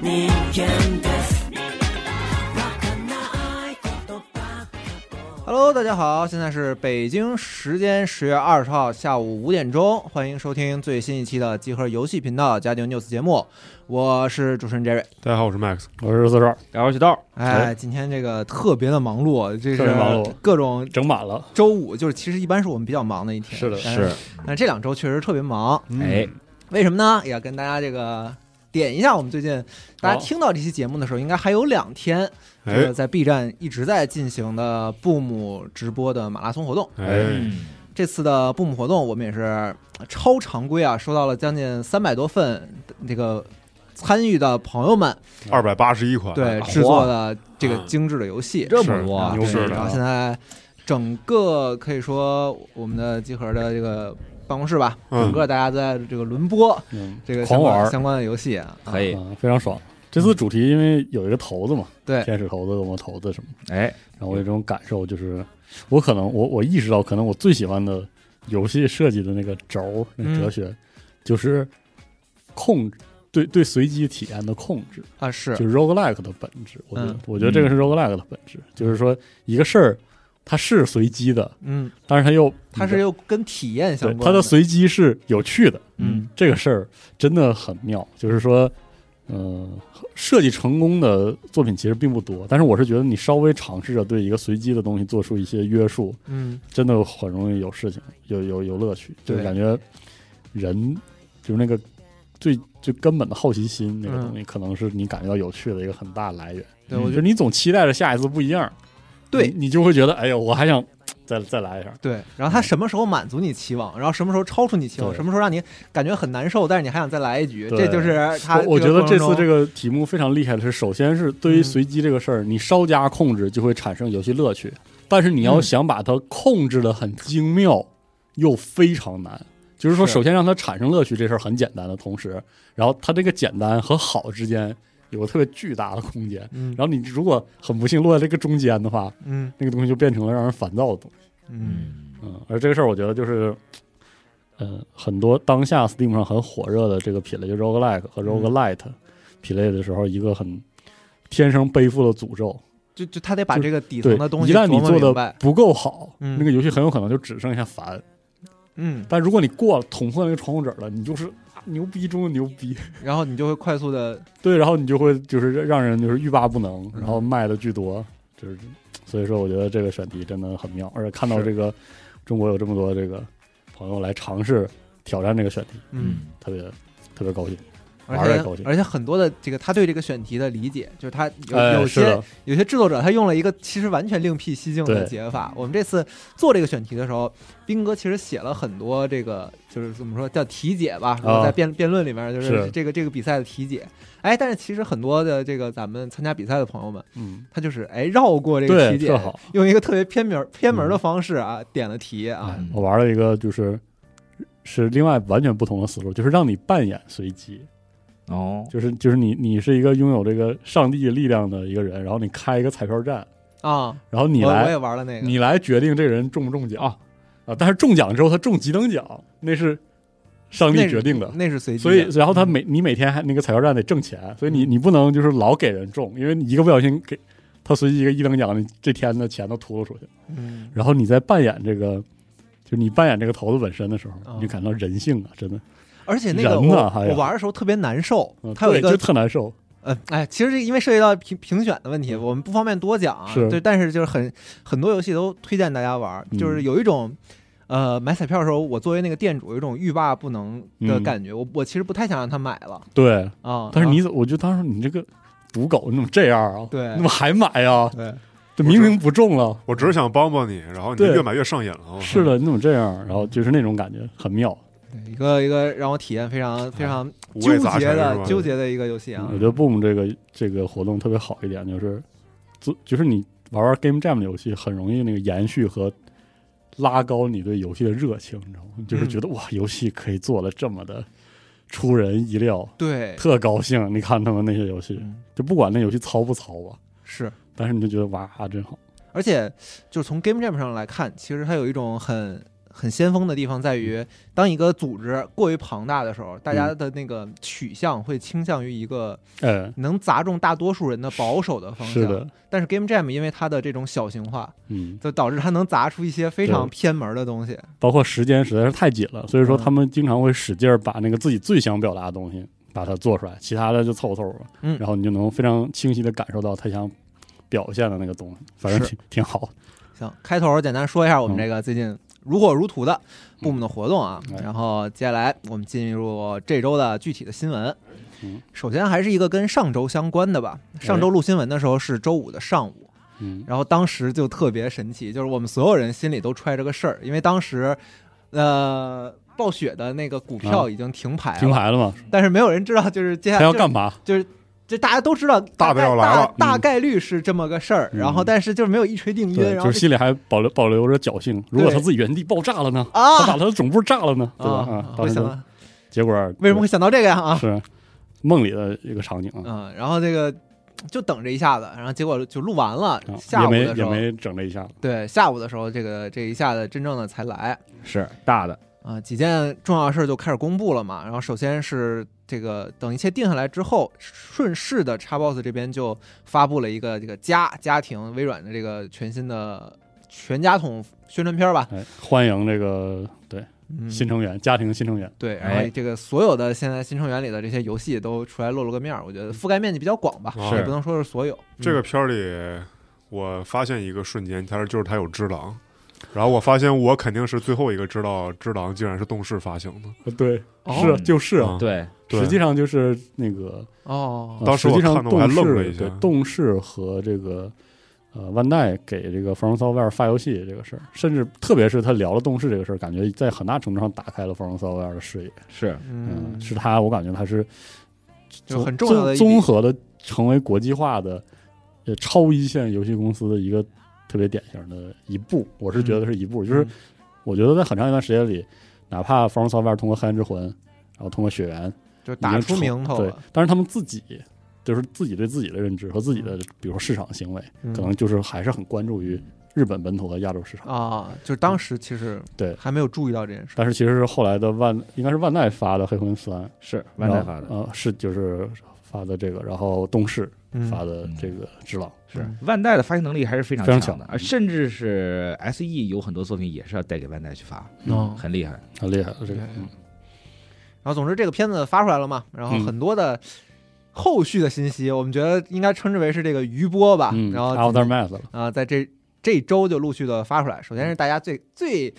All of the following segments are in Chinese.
限ですわかんないことばっか Hello，大家好，现在是北京时间十月二十号下午五点钟，欢迎收听最新一期的集合游戏频道《家庭 news》节目，我是主持人 Jerry。大家好，我是 Max。我是四十二，聊聊许道，哎，哎今天这个特别的忙碌，这特是别忙碌各种整满了。周五，就是其实一般是我们比较忙的一天，是的但是，但这两周确实特别忙，哎，为什么呢？也要跟大家这个点一下，我们最近大家好听到这期节目的时候，应该还有两天，这哎个在 B 站一直在进行的布姆直播的马拉松活动。哎，嗯，这次的布姆活动，我们也是呃超常规啊，收到了将近三百多份这个参与的朋友们二百八十一款，对啊制作的这个精致的游戏，这么多啊啊牛对逼然后的，现在整个可以说我们的集合的这个办公室吧，嗯整个大家在这个轮播嗯，这个相狂关玩儿相关的游戏啊，可以，啊，非常爽。这次主题因为有一个头子嘛，对天使头子、恶魔头子什么，哎，然后我有这种感受，就是我可能我我意识到，可能我最喜欢的游戏设计的那个轴儿、那嗯个哲学，就是控制对对随机体验的控制，啊是就是 roguelike 的本质。我觉得，嗯我觉得这个是 roguelike 的本质，就是说一个事儿它是随机的，嗯，但是它又它是又跟体验相对关它的随机是有趣的，嗯这个事儿真的很妙，就是说，呃，设计成功的作品其实并不多，但是我是觉得你稍微尝试着对一个随机的东西做出一些约束，嗯真的很容易有事情，有有有乐趣，就是对感觉人就是那个最最根本的好奇心那个东西，可能是你感觉到有趣的一个很大来源。嗯对我就觉是得你总期待着下一次不一样，对你你就会觉得，哎呀，我还想再再来一下。对，然后它什么时候满足你期望，然后什么时候超出你期望，嗯对什么时候让你感觉很难受，但是你还想再来一局，对这就是它我我觉得这次这个个题目非常厉害的是，首先是对于嗯随机这个事儿，你稍加控制就会产生游戏乐趣，但是你要嗯想把它控制的很精妙，又非常难。就是说，是首先让它产生乐趣这事儿很简单的同时，然后它这个简单和好之间有个特别巨大的空间。嗯然后你如果很不幸落在这个中间的话，嗯那个东西就变成了让人烦躁的东西。嗯嗯，而这个事儿我觉得就是，呃，很多当下 Steam 上很火热的这个品类，就是 roguelike 嗯和 roguelite 品类的时候，一个很天生背负的诅咒。就就他得把就这个底对，层的东西一旦你琢磨做明的白不够好，嗯那个游戏很有可能就只剩下烦。嗯，但如果你过了捅破那个窗户纸了，你就是、啊牛逼中的牛逼，然后你就会快速的，对，然后你就会就是让人就是欲罢不能，嗯然后卖的巨多，就是所以说我觉得这个选题真的很妙，而且看到是这个中国有这么多这个朋友来尝试挑战这个选题，嗯，特别特别高兴。而嗯玩儿也高且兴而且很多的这个他对这个选题的理解，就是他有、哎有是些的，有些制作者他用了一个其实完全另辟蹊径的对解法。我们这次做这个选题的时候，斌哥其实写了很多这个就是怎么说叫题解吧，如果在辩辩论里面就是啊是这个这个比赛的题解。哎，但是其实很多的这个咱们参加比赛的朋友们，嗯，他就是哎绕过这个对，题特解，好。用一个特别偏门偏门的方式啊、点了题啊，嗯哎我玩了一个，就是是另外完全不同的思路，就是让你扮演随机，哦，就是就是你你是一个拥有这个上帝力量的一个人，然后你开一个彩票站，啊，然后你我我来也玩了那个，你来决定这个人中不中奖啊，但是中奖之后他中几等奖，那是上那帝是决定的。那是随机的，所以，然后他每你每天还那个彩票站得挣钱，所以你嗯你不能就是老给人中，因为你一个不小心给他随机一个一等奖，你这天的钱都秃噜出去。嗯，然后你在扮演这个，就是你扮演这个头子本身的时候，啊你就感到人性啊，真的，而且那个人我、呢还有我玩的时候特别难受嗯，它有一对个就特难受，呃，哎，其实这因为涉及到评评选的问题，我们不方便多讲啊。是对，但是就是很很多游戏都推荐大家玩，嗯就是有一种。呃，买彩票的时候，我作为那个店主有一种欲罢不能的嗯感觉。我我其实不太想让他买了对。啊，但是然你，怎，我就当时你这个赌狗，你怎么这样啊？对你怎么还买呀后？对，这明明不中了，我只是想帮帮你，然后你对越买越上瘾嗯了。我哦是的，你怎么这样？啊然后就是那种感觉很妙，对一个一个让我体验非常哎非常五纠味杂结陈的是吧？纠结的一个游戏啊嗯我。觉得 Boom 这个这个活动特别好一点，就是，就就是你玩玩 Game Jam 的游戏，很容易那个延续和拉高你对游戏的热情，你知道吗？就是觉得、哇，游戏可以做的这么的出人意料，对，特高兴。你看他们那些游戏，嗯就不管那游戏糙不糙吧，是但是你就觉得哇，真好。而且就是从 Game Jam 上来看，其实它有一种很很先锋的地方在嗯于，当一个组织过于庞大的时候，大家的那个取向会倾向于一个哎，能砸中大多数人的保守的方向。是的，但是 Game Jam 因为它的这种小型化，嗯，就导致它能砸出一些非常对偏门的东西。包括时间实在是太紧了，所以说嗯他们经常会使劲儿把那个自己最想表达的东西把它做出来，其他的就凑凑吧。嗯然后你就能非常清晰的感受到他想表现的那个东西，反正是挺挺好的。行，开头简单说一下我们嗯这个最近如火如荼的 Boom 的活动啊，哎然后接下来我们进入这周的具体的新闻嗯。哎首先还是一个跟上周相关的吧。上周录新闻的时候是周五的上午，嗯，然后当时就特别神奇，就是我们所有人心里都揣着个事儿，因为当时，呃，暴雪的那个股票已经停牌啊停了，牌了嘛，但是没有人知道就是接下他来要哎就是干嘛？就是。就大家都知道大大的概要来了大，大嗯概率是这么个事儿，嗯然后但是就是没有一锤定音，对，然后就是心里还保留保留着侥幸，如果对他自己原地爆炸了呢？他把啊他的总部炸了呢？对吧？啊啊，，当会时想就到结果为什么会想到这个呀啊？是梦里的一个场景啊？嗯，然后这个就等这一下子，然后结果就录完了，啊下也午没的时也候，没整这一下子，对，下午的时候，这个这一下子真正的才来是大的，啊、几件重要的事儿就开始公布了嘛。然后首先是这个等一切定下来之后，顺势的 Xbox 这边就发布了一个这个家家庭微软的这个全新的全家桶宣传片儿吧，哎，欢迎这个对嗯，新成员，家庭新成员，对，然哎后这个所有的现在新成员里的这些游戏都出来露了个面儿，我觉得覆盖面积比较广吧，是也不能说是所有。哦嗯这个片儿里，我发现一个瞬间，他就是他有只狼，然后我发现我肯定是最后一个知道只狼竟然是动视发行的。对，哦是啊就是啊，嗯对，对实际上就是那个，哦呃当时我实际上看到我还动视愣了一下对动视和这个呃万代给这个 From Software 发游戏这个事儿，甚至特别是他聊了动视这个事儿，感觉在很大程度上打开了 From Software 的视野。是嗯嗯，，是他，我感觉他是就综很重要的一综笔综合的成为国际化的呃超一线游戏公司的一个特别典型的一步。我是觉嗯得是一步，就是我觉得在很长一段时间里，哪怕 From Software 通过《黑暗之魂》，然后通过《血缘》，就打已出经名头对了，，但是他们自己就是自己对自己的认知和自己的，比如说市场行为，嗯可能就是还是很关注于日本本土和亚洲市场。啊，就是当时其实对还没有注意到这件事但是其实是后来的万，应该是万代发的《黑魂三》，是万代发的，哦呃，是就是发的这个，然后动视儿，发的这个《只狼》是嗯万代的发行能力还是非常非常强的，强啊甚至是 S E 有很多作品也是要带给万代去发，嗯哦很厉害。很厉害的这个对，然后总之这个片子发出来了嘛，然后嗯很多的后续的信息，我们觉得应该称之为是这个余波吧嗯，，啊然 o 后 u t e r Math 了，啊，在这这周就陆续的发出来。首先嗯是大家最最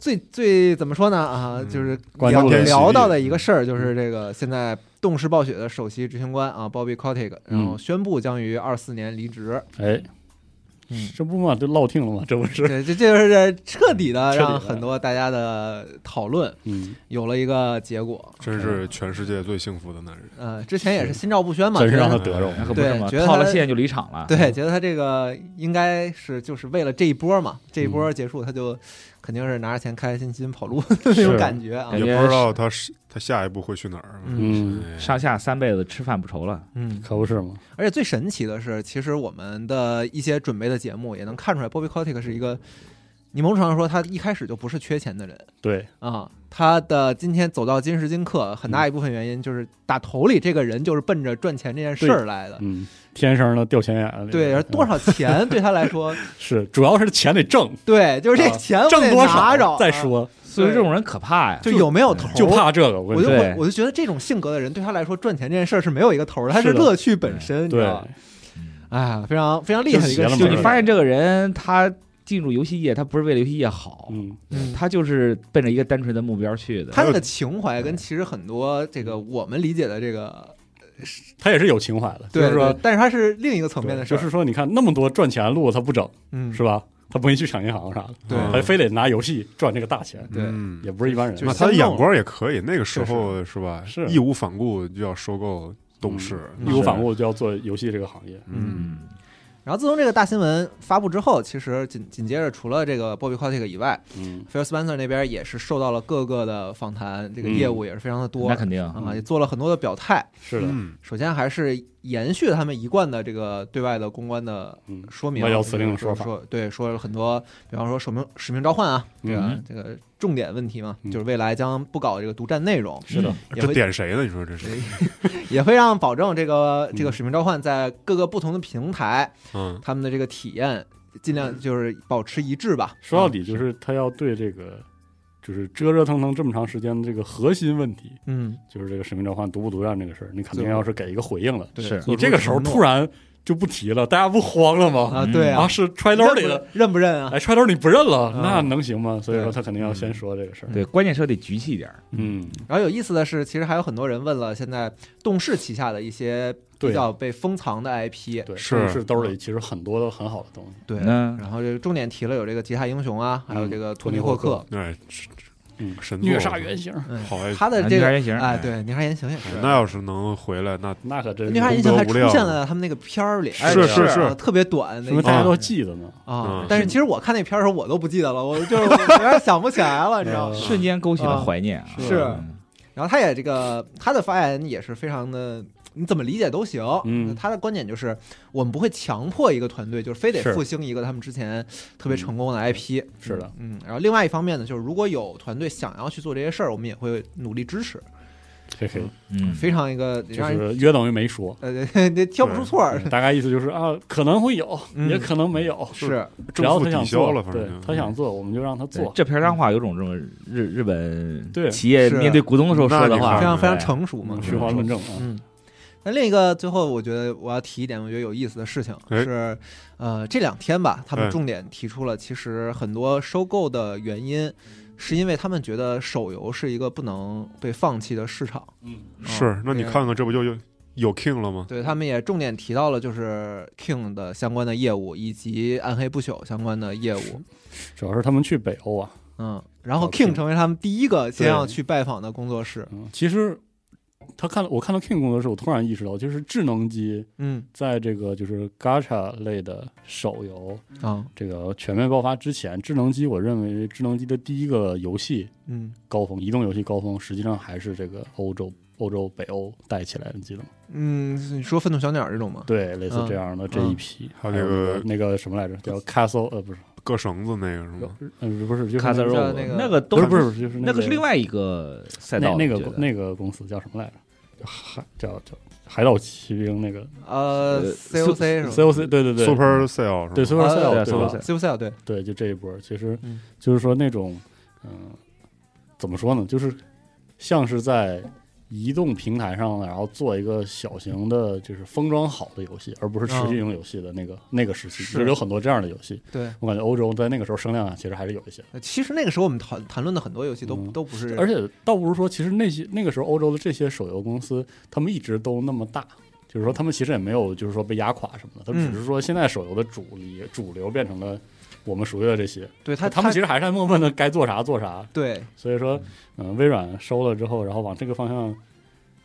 最最怎么说呢啊，嗯就是关聊注的聊到的喜剧一嗯个事儿，就是这个现在动视暴雪的首席执行官啊，Bobby Kotick，然嗯后宣布将于二四年离职。哎，嗯这不嘛，这落听了嘛，这不是，对，这这就是彻底的彻底的让很多大家的讨论嗯，有了一个结果。真是全世界最幸福的男人。哎呃，之前也是心照不宣嘛，真觉是得让他得着那我，可不是啊对嘛觉得，套了他线就离场了。对，觉得他这个应该是就是为了这一波嘛，这一嗯波结束他就肯定是拿着钱开开心心跑路 的那种是哎感觉啊感。觉也不知道他是他下一步会去哪儿。嗯嗯，哎上下三辈子吃饭不愁了。嗯，可不是嘛，而且最神奇的是，其实我们的一些准备的节目也能看出来，Bobby Kotick 是一个，你某种程度上说他一开始就不是缺钱的人对，啊、他的今天走到今时今刻，很大一部分原因就是打头里这个人就是奔着赚钱这件事儿来的。嗯，天生的掉钱眼了，呃对，而多嗯少钱对他来 说，是，主要是钱得挣，对，就是这啊钱我挣得多拿着少啊再，说，所以这种人可怕呀，就有没有头儿，就怕这个，我我跟就你对会，我就觉得这种性格的人对他来说，赚钱这件事儿是没有一个头儿的，他是是的乐趣本身，你知对嗯道吧？哎呀，非常非常厉害的一个就邪了事门情，就儿你发现这个人他进入游戏业，他不是为了游戏业好，嗯，嗯他就是奔着一个单纯的目标去的。他那个情怀嗯跟其实很多这个我们理解的这个，他也是有情怀的，就对，是说对，但是他是另一个层面的对事就儿，是说，你看那么多赚钱的路，他不整嗯，是吧？他不会去抢银行啥的，对他非得拿游戏赚这个大钱，对嗯也不是一般人就。是啊他的眼光也可以，那个时候是吧？是义无反顾就要收购动视，义无反顾就要做游戏这个行业，嗯嗯，然后自从这个大新闻发布之后，其实紧紧接着除了这个 Bobby Kotick 以外嗯，Phil Spencer 那边也是受到了各个的访谈，这个业嗯务也是非常的多，那肯定啊，啊，也做了很多的表态。是的，嗯，首先还是延续他们一贯的这个对外的公关的嗯说明，外交辞令的说说法说对，说了很多，比方说使命使命召唤啊，这个、嗯这个重点问题嘛，嗯就是未来将不搞这个独占内容，是的嗯，也这会点谁呢？你说这是？也会让保证这个这个嗯使命召唤在各个不同的平台嗯他们的这个体验。尽量就是保持一致吧。说到底就是他要对这个，就是折折腾腾这么长时间的这个核心问题，嗯，就是这个使命召唤独不独占这个事儿，你肯定要是给一个回应了。对是你这个时候突然就不提了，大家不慌了吗？啊，对啊，啊，是揣兜里的，认不认啊？ 哎，揣兜你不认了，嗯那能行吗？所以说他肯定要先说这个事儿。对，关键时候得局气一点儿，嗯，然后有意思的是，其实还有很多人问了，现在动视旗下的一些比对较被封藏的 IP，对，是是兜里其实很多的很好的东西。对，嗯然后这个重点提了有这个吉他英雄啊，还有这个托尼托尼霍霍克克，哎，嗯，神作虐杀原型，嗯，好哎，他的啊这女孩个原型哎，对，你看原型也是，那要是能回来，那那可真女孩是原型还功出德无量现了他们那个片儿里，是哎是对是啊特别短的说一明集大家都记得呢。啊嗯。但是其实我看那片儿的时候，我都不记得了，我就是我有点想不起来了，你知道 吗？嗯瞬间勾起啊了怀念啊，是嗯然后他也这个他的发言也是非常的，你怎么理解都行。嗯他的观点就是我们不会强迫一个团队，就是非得是嗯复兴一个他们之前特别成功的 IP。是的，嗯。然后另外一方面呢，就是如果有团队想要去做这些事儿，我们也会努力支持，嘿嘿，嗯，非常一个就让人。是约等于没说。呃， 对对挑不出错儿，大概意思就是啊，可能会有，嗯也可能没有，是只要正负他想抵消做了，反对正他想做，我们就让他对做。这片儿脏话有种这种日日本对企业是面对股东的时候说的话，非常非常对成熟嘛嗯，循环论证啊，嗯，那另一个最后，我觉得我要提一点，我觉得有意思的事情哎是，呃，这两天吧，他们哎重点提出了，其实很多收购的原因，是因为他们觉得手游是一个不能被放弃的市场。嗯啊是。那你对看看，这不就有有 King 了吗？对，他们也重点提到了就是 King 的相关的业务以及暗黑不朽相关的业务，主要是他们去北欧啊。嗯，然后搞 King King 成为他们第一个先对要去拜访的工作室，嗯，其实他看我看到 King 工作室，我突然意识到，就是智能机嗯在这个就是 Gacha 类的手游嗯啊这个全面爆发之前，智能机我认为智能机的第一个游戏嗯高峰，移动游戏高峰，实际上还是这个欧洲。欧洲、北欧带起来的，你记得吗？嗯，你说愤怒小鸟这种吗？对，类似嗯这样的这一批，还有有那个那个什么来着，叫 Castle 呃，不是，割绳子那个是吗？呃，不是，就是卡那个塞尔叫肉那个那个不都是不是，就是那个是另外外一个赛那道，那我觉个得那个公司叫什么来着？海叫叫海岛奇兵那个呃呃，COC 是吧 COC，对对对 Super Sale 哦对是 Super 吗？ Cell，对对 Super 吧 Cell 啊 COC 对，对，就这一波，其实嗯就是说那种，嗯、怎么说呢，就是像是在移动平台上，然后做一个小型的，就是封装好的游戏，而不是持续嗯用游戏的那个、那个时期，是其实有很多这样的游戏。对，我感觉欧洲在那个时候声量啊，其实还是有一些，呃其实那个时候我们谈谈论的很多游戏都、嗯都不是，而且倒不如说，其实那些那个时候欧洲的这些手游公司，他们一直都那么大。就是说，他们其实也没有，就是说被压垮什么的，他们嗯只是说现在手游的主力、主流变成了我们熟悉的这些，对他他们其实还是在默默的该做啥做啥。对所以说，嗯、微软收了之后，然后往这个方向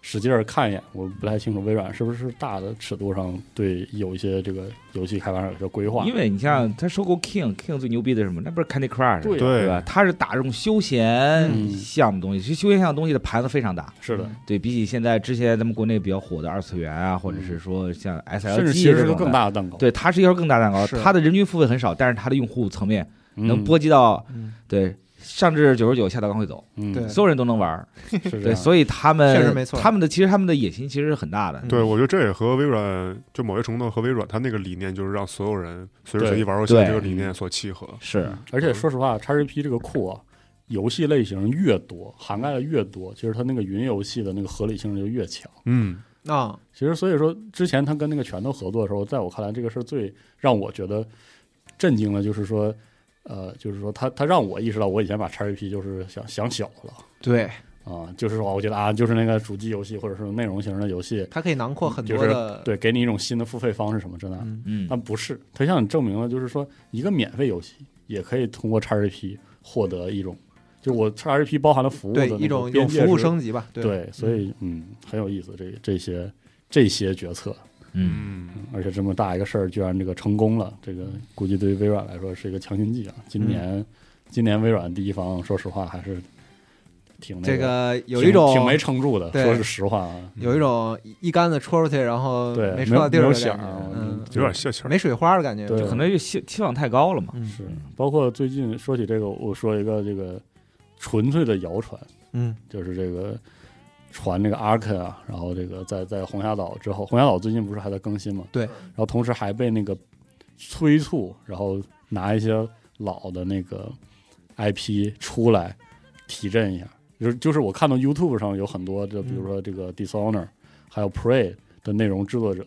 使劲儿看一眼，我不太清楚微软是不是大的尺度上对有一些这个游戏开发商有些规划。因为你像他收购 King，King 最牛逼的是什么？那不是 Candy Crush 对对吧？他是打这种休闲嗯项目东西，其实休闲项目东西的盘子非常大。是的，对比起现在之前咱们国内比较火的二次元啊，或者是说像嗯甚至 SLG 其实这是个种更的，大的蛋糕，对，它是一条更大蛋糕，是它的人均付费很少，但是它的用户层面嗯，能波及到嗯对上至九十九，下到刚会走，嗯，对所有人都能玩儿。是这对，样。所以他确实们没错他们的其实他们的野心其实是很大的。对，我觉得这也和微软就某些程度和微软它那个理念就是让所有人随时随地对玩游戏的对这个理念所契合。是，嗯而且说实话，XGP 这个库啊，游戏类型越多，涵盖的越多，其实它那个云游戏的那个合理性就越强。嗯，啊其实所以说，之前他跟那个拳头合作的时候，在我看来，这个事儿最让我觉得震惊的，就是说，呃，就是说他他让我意识到，我以前把 XGP 就是想想小了对，啊、就是说，我觉得啊，就是那个主机游戏或者是内容型的游戏，它可以囊括很多嗯就是的、对，给你一种新的付费方式什么之类的。嗯嗯，但不是，他向你证明了，就是说一个免费游戏也可以通过 XGP 获得一种，就是我 XGP 包含了啊服务的对那一种一边种界服务是升级吧，对嗯对，所以嗯，很有意思，这这些这些决策，嗯，嗯，而且这么大一个事儿，居然这个成功了，这个嗯估计对于微软来说是一个强心剂啊。今年，今年微软第一方，说实话还是挺、那这个个有挺一种挺没撑住的，对说是实话啊，有一种一竿子戳出去，然后对，没戳到有地没儿有的响啊感儿觉，，嗯，有点泄气儿。没水花的感觉，对可能就期期望太高了嘛。嗯是，包括最近说起这个，我说一个这个纯粹的谣传，嗯就是这个传这个 Ark 啊，然后这个在在红霞岛之后，红霞岛最近不是还在更新嘛？对然后同时还被那个催促，然后拿一些老的那个 IP 出来提振一下，就是就是我看到 YouTube 上有很多，就比嗯如说这个 Dishonor，、还有 Prey 的内容制作者。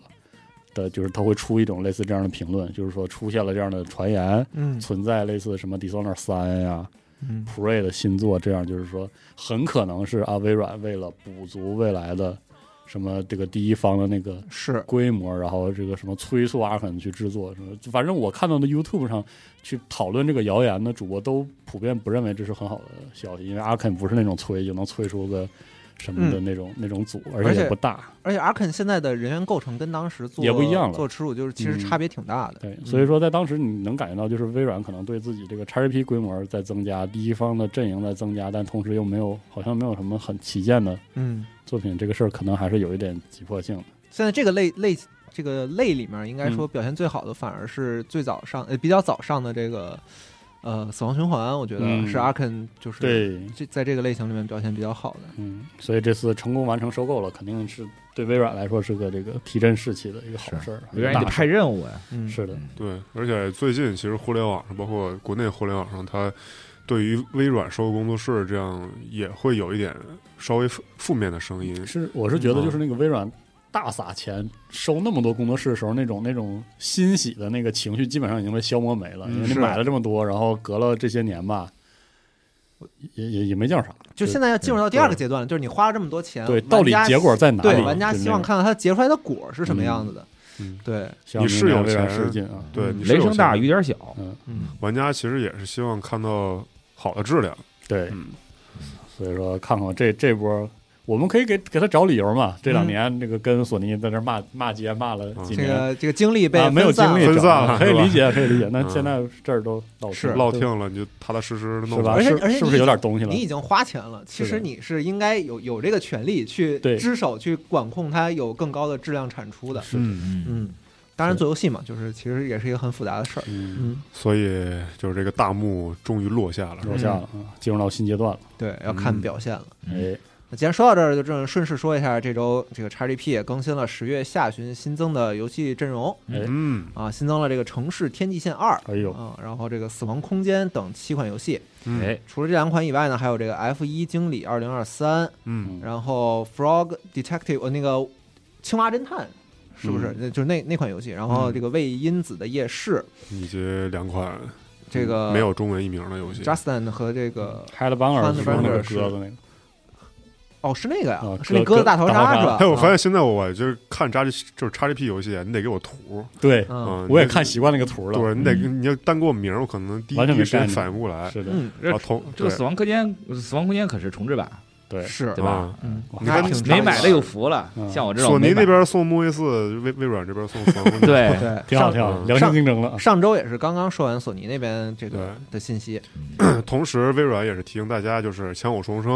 的就是他会出一种类似这样的评论，就是说出现了这样的传言，嗯存在类似什么 Dishonor 三呀、嗯 Prey 的新作，这样就是说，很可能是啊，微软为了补足未来的什么这个第一方的那个是，规模，然后这个什么催促阿肯去制作什么，就反正我看到的 YouTube 上去讨论这个谣言的主播都普遍不认为这是很好的消息，因为阿肯不是那种催就能催出个什么的那种、那种组，而嗯而且且也不大，而且 Arken 现在的人员构成跟当时做也不一样了做耻辱就是其实嗯差别挺大的，对，嗯所以说在当时你能感觉到，就是微软可能对自己这个 XGP 规模在增加，第一方的阵营在增加，但同时又没有好像没有什么很旗舰的。嗯，作品这个事儿可能还是有一点急迫性的。现在这个类类这个类里面，应嗯该说表现最好的反而是最早上呃比较早上的这个呃死亡循环，我觉得嗯是 Arken 就是对，这在这个类型里面表现比较好的，嗯，所以这次成功完成收购了，肯定是对微软来说是个这个提振士气的一个好事儿。微软你大得派任务啊呀，嗯是的，对，而且最近其实互联网上，包括国内互联网上，它对于微软收购工作室这样也会有一点稍微负负面的声音。是我是觉得就是那个微软大撒钱收那么多工作室的时候，那种那种欣喜的那个情绪基本上已经被消磨没了，嗯因为你是买了这么多，然后隔了这些年吧，也也也没叫啥。就现在要进入到第二个阶段了，就是你花了这么多钱，对，到底玩家结果在哪里？对玩家就那希望种看到它结出来的果是什么样子的，嗯，对，希望你是有明年微软钱使劲啊，对，你是嗯雷有声大钱雨点小，嗯玩家其实也是希望看到好的质量。对，嗯所以说看看这这波，我们可以给给他找理由嘛。这两年这个跟索尼在那骂骂街骂了几嗯这年，个这个精力被啊没有分散精力了分散找了可以是吧理解，可以理解。那嗯现在这儿都老是落对听了，你就踏踏实实的弄是吧？而且是而且是你不是有点东西了你？已经花钱了，其是的实你是应该有有这个权利去对只手去管控它有更高的质量产出的。嗯嗯嗯，当然是做游戏嘛，就是其实也是一个很复杂的事儿。嗯，嗯，所以就是这个大幕终于落下了。落下了，啊进入到新阶段了。对，要看表现了。嗯哎，那既然说到这儿，就正顺势说一下，这周这个 XGP 也更新了十月下旬新增的游戏阵容嗯啊，新增了这个《城市天际线二》哎呦，啊，然后这个《死亡空间》等七款游戏。嗯哎，除了这两款以外呢，还有这个《F 一经理二零二三》，嗯，然后 Frog Detective 呃那个青蛙侦探是不是？嗯那就是那那款游戏。然后这个未因子的夜市，以及两款这个嗯没有中文译名的游戏。 Justin 和这个开了班尔 Fun 是那个 Burger 鸽子那个，哦是那个呀啊，是那鸽鸽子大逃大逃杀杀是吧？哎，我发现现在我就是看扎就是叉 GP 游戏，你得给我图，对，嗯嗯，我也你得看习惯那个图了。对，你得嗯你要单给我名儿，我可能第一完全没时间概念反应不过来。是的，嗯啊，同这个对死亡空间，死亡空间可是重置版，对，是对吧？嗯，我你那看还挺没长买的的有福了，嗯像我这种啊索尼没买那边送木卫四，微微软这边送死 亡空间对对。挺好，挺好，上良性竞争了啊。上周也是刚刚说完索尼那边这个的信息，同时，微软也是提醒大家，就是《枪火重生》，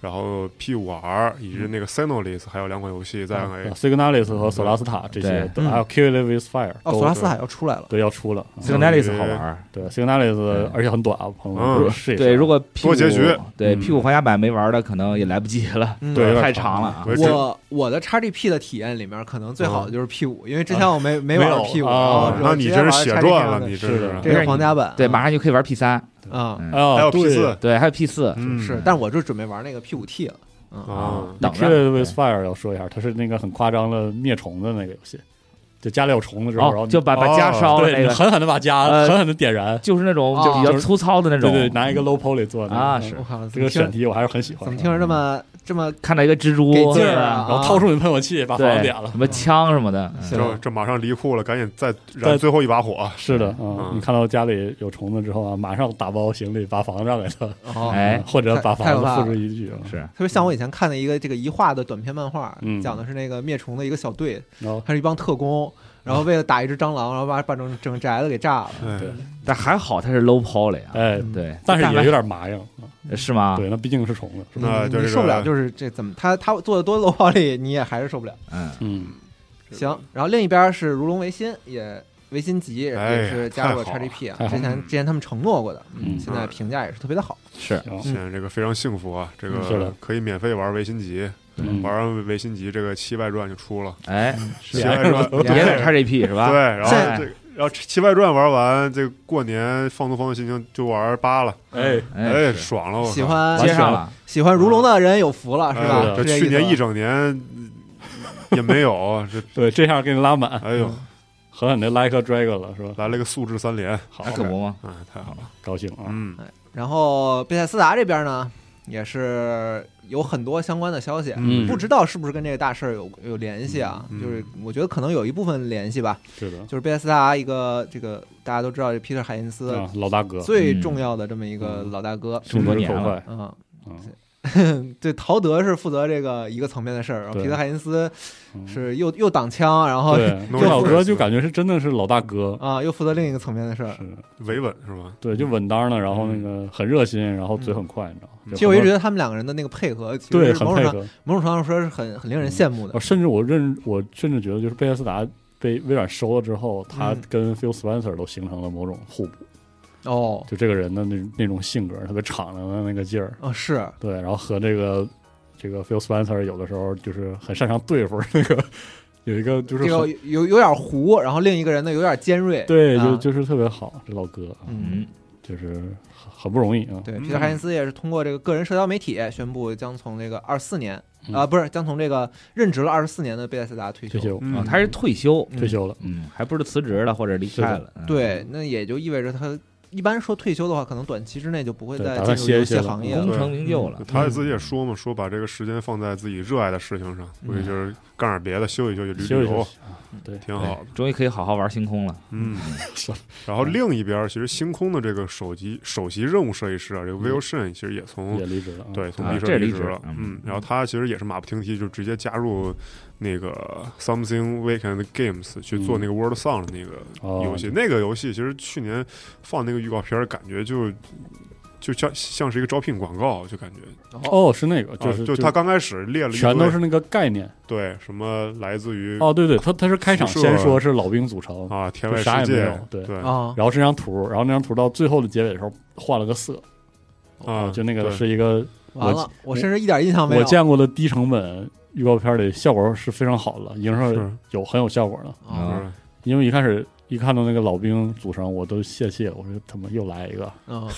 然后 P 五 R 以嗯及那个 Synolis，还有两款游戏啊在 NA。 Signalis 嗯和索拉斯塔这些对，都嗯还有 Kill It With Fire 哦，都索拉斯塔要出来了，对要出了。啊嗯 s i g n a l i s 好玩儿，对 s i g n a l i s 嗯而且很短啊，朋友哎嗯们，是对，如果 P 多结局5对嗯 P 五皇家版没玩的，可能也来不及了，嗯对有点太长长了啊我。也觉得我我的 XGP 的体验里面，可能最好的就是 P 五，因为之前我没没没玩有 P 五，啊然后那你真是血赚了，你你真是的这这是是皇家版，对，马上就可以玩 P 三，啊嗯啊，还有 P 对四，对，还有 P 四，嗯是，但我就准备玩那个 P 五 T 了，嗯啊，等 Kill 着 It With Fire 要说一下，它是那个很夸张的灭虫的那个游戏，就家里有虫子之后，然后哦，你就把把家哦烧了对那你个，狠狠的把家呃狠狠的点燃，就是那种哦比较粗糙的那对种，对，拿一个 low poly 做的啊嗯是我靠，怎这么个选听题我还是很喜欢怎的。么听着这么这么看到一个蜘蛛给劲是儿吧啊？然后掏出你的喷火器，把火对啊点，了什。么枪什么的，嗯行这这马上离库了，赶紧再再燃最后一把火。是的，嗯你看到家里有虫子之后啊，马上打包行李，把房子让给他，哦哎或者把太太房可怕子了付之一炬啊。嗯是特别嗯像我以前看的一个这个一画的短篇漫画，嗯讲的是那个灭虫的一个小队，然后他是一帮特工，然后为了打一只蟑螂，然后把把整整宅子给炸了。哎 对，嗯但还好它是 low poly 啊，哎，嗯对，但是嗯大也白有点麻痒，嗯是吗？对，那毕竟是虫子，是吧？那嗯就你是受不了，就是这怎么他他做的多 low 暴力，你也还是受不了。嗯，嗯，行，然后另一边是如龙维新，也维新集哎也是加入了太好了 XGP 啊，太好之了前之前他们承诺过的，嗯现在评价也是特别的好。是行，现在这个非常幸福啊！这嗯是的个可以免费玩维新集，嗯玩完维新集，这个七外传就出了。哎，七外传 也得 XGP 是吧？哎对，然后在这然后七外传玩完，这个过年放松放松心情，就玩八了，哎，哎，是爽了！我靠喜欢接上了，喜欢如龙的人有福了，是哎吧？这是这去年意一思吧啊整年嗯也没有，这对，这下给你拉满，哎呦，嗯狠狠的 like a dragon 了，是吧？来了个素质三连，好，那可不嘛，哎，太好了，高兴啊！嗯，然后贝塞斯达这边呢，也是有很多相关的消息，嗯不知道是不是跟这个大事儿有有联系啊？嗯嗯就是我觉得可能有一部分联系吧。是的，就是贝塞斯达一个这个大家都知道，这皮特海因斯啊，嗯老大哥，最重要的这么一个老大哥，这么多年手了，快，嗯。嗯对，陶德是负责这个一个层面的事儿，然后对皮特海因斯嗯是哦又又挡枪，然后对，弄这一老手哥势就感觉是真的是老大哥，啊又负责另一个层面的事儿。是维稳是吧？对，就稳当的，然后那嗯个很热心，然后嘴很快，你知道吗？其实我嗯一直觉得得他们两个人的那个配合，其对实是很某种配上合，某种程度上说是很很令人羡慕的呃。甚至我认我甚至觉得就是贝塞斯达被微软收了之后，他嗯跟 Phil Spencer 都形成了某种互补，嗯哦就这个人的那那种性格，特别敞亮的那个劲儿，哦，是对，然后和这个这个 Phil Spencer 有的时候就是很擅长对付那个有一个就是这个很有有点糊，然后另一个人呢有点尖锐。对，就啊就是特别好，这老哥啊，嗯，嗯，就是很很不容易啊，对，嗯皮特·海因斯也是通过这个个人社交媒体宣布，将从这个二四年嗯啊，不是将从这个任职了二十四年的贝塞斯达退退休嗯啊哦他是退休，退休了，嗯，还不是辞职了或者离开了，嗯，对，那也就意味着他一般说退休的话，可能短期之内就不会对再打算进入歇一游戏歇了行业功了。嗯成名就了，他自己也说嘛，说把这个时间放在自己热爱的事情上，嗯所以就是干点别的，休息休息，旅休旅息休游息，啊对，挺好的。终于可以好好玩星空了，嗯是，然后另一边，其实星空的这个首席首席任务设计师啊，这个 Will Shen 其实也从也离职了啊，哦对从啊离社这离离职职了，嗯嗯，然后他其实也是马不停蹄，就直接加入那个 Something Weekend Games 去做那个 World Song 的那个嗯哦游戏。那个游戏其实去年放那个预告片儿，感觉就就像像是一个招聘广告，就感觉哦，是那个，啊是就就他刚开始列了一全堆都是那个概念。对什么来自于哦，对对，他他是开场辐射先说是老兵组成，啊天外就啥也世没界有，对对啊，然后这张图，然后那张图到最后的结尾的时候换了个色，啊，哦就那个对是一个完了，我甚至一点印象没我有。见过的低成本预告片里效果是非常好的，影是上有很有效果的。啊嗯因为一开始一看到那个老兵组成，我都泄气了，我说他妈又来一个，嗯，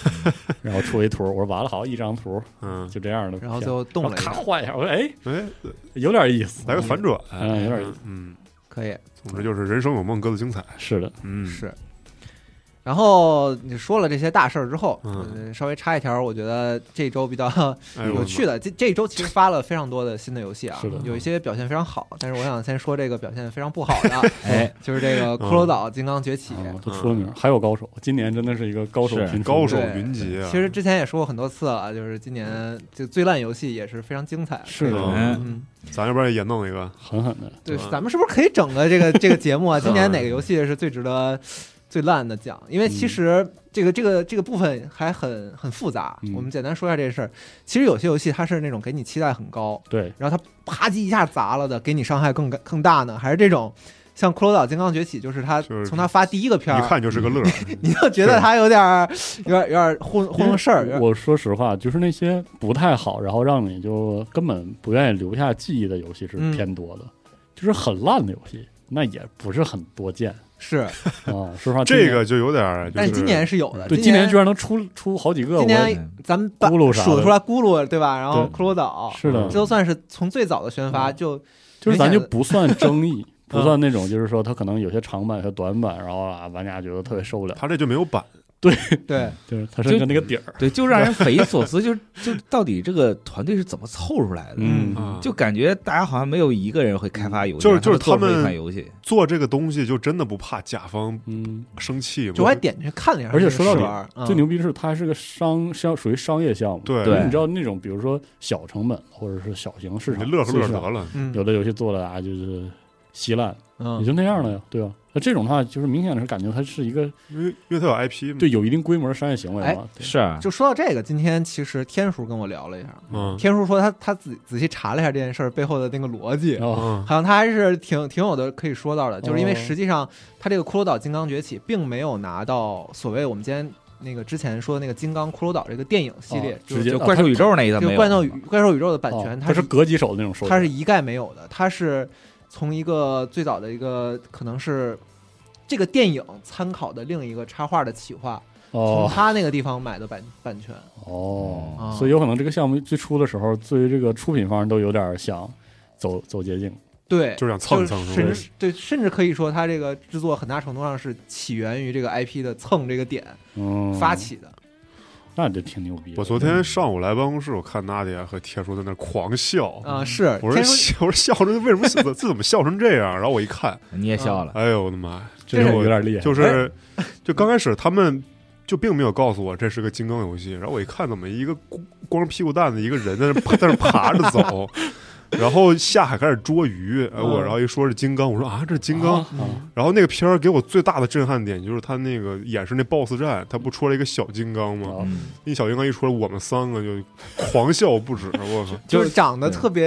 然后出一图，我说完了，好一张图嗯就这样的片，然后最后动然后了一咔下，换一下，我说哎哎有点意思，来个反转，嗯有点意思，嗯，可以总之就是人生有梦，各自精彩，是的，嗯是。然后你说了这些大事儿之后，嗯呃稍微插一条，我觉得这周比较哎有趣的，这这一周其实发了非常多的新的游戏啊是的，有一些表现非常好，但是我想先说这个表现非常不好 的，哎，就是这嗯个《骷髅岛：金刚崛起》啊都出了名，还有高手，今年真的是一个高手是我的群妈嗯高手对云集啊，其实之前也说过很多次了，啊就是今年这最烂游戏也是非常精彩。是的，嗯嗯，咱要不然也弄一个，狠狠的，对对吧，咱们是不是可以整个这个这个节 目啊？嗯今年哪个游戏是最值得、最烂的讲？因为其嗯实这个这个这个部分还很很复杂嗯。我们简单说一下这个事儿。其实有些游戏它是那种给你期待很高，对，然后它啪叽一下砸了的，给你伤害更更大呢，还是这种？像《骷髅岛：金刚崛起》，就是它就是从它发第一个片一儿，看就是个乐儿，你就觉得它有点儿、有点儿、有点儿糊糊弄事儿。有点儿我说实话，就是那些不太好，然后让你就根本不愿意留下记忆的游戏是嗯偏多的，就是很烂的游戏，那也不是很多见是，啊。说实话，这个就有点儿，嗯但就是啊今年是有的。对今年居然能出出好几个，今我年也也咱们把咕噜啥的数出来咕噜对吧？然后骷髅岛，嗯是的嗯这，都算是从最早的宣发就就是咱没就想 嗯不算争议，不算那种就是说它可能有些长板、有些短板，然后啊玩家觉得特别受不了，他这就没有板， 对，就是它是就跟那个底儿，对，就让人匪夷所思，就就到底这个团队是怎么凑出来的？嗯啊就感觉大家好像没有一个人会开发游戏，就是让他就是他做出一们款游戏，做这个东西就真的不怕甲方嗯，生气吗？就我还点去看了一下，而且说到底试玩儿，最嗯牛逼的是它是个商商属于商业项目，对因为对你知道那种比如说小成本或者是小型市你场，乐呵乐次市呵场得了，嗯有的游戏做的啊就是稀烂，也嗯，就那样了呀，对吧？那这种的话，就是明显的是感觉它是一个因为因为他有 IP 嘛。对有一定规模的商业行哎为嘛，对是啊就说到这个，今天其实天叔跟我聊了一下，嗯天叔说他他仔仔细查了一下这件事儿背后的那个逻辑，然后嗯好像他还是挺挺有的可以说到的，就是因为哦实际上他这个《骷髅岛金刚崛起》并没有拿到所谓我们今天那个之前说的那个《金刚骷髅岛》这个电影系列，哦就是直接就啊就怪兽宇宙那一层就没有，怪兽宇怪兽宇宙的版哦权，它它是隔几手的那种收集，它是一概没有的，它是从一个最早的一个可能是这个电影参考的另一个插画的企划，从哦他那个地方买的版版权。哦啊，所以有可能这个项目最初的时候，对于这个出品方都有点想走走捷径，对，就是想蹭一蹭就是是吧甚至对，甚至可以说它这个制作很大程度上是起源于这个 IP 的蹭这个点嗯，发，起的。那这挺牛逼的。我昨天上午来办公室，我看娜姐和天叔在那儿狂笑啊、是，我说天叔笑，我说笑成为什么这这怎么笑成这样？然后我一看，你也笑了，哎呦我的妈呀！这这个是我有点厉害，就是就刚开始他们就并没有告诉我这是个金刚游戏，然后我一看，怎么一个光光屁股蛋子一个人在那在那爬着走，然后下海开始捉鱼，哎我嗯然后一说是金刚，我说啊这是金刚，啊嗯啊然后那个片儿给我最大的震撼点就是他那个演示那 BOSS 战，他不出来一个小金刚吗？啊嗯，那小金刚一出来，我们三个就狂笑不止，我靠，就是长得对特别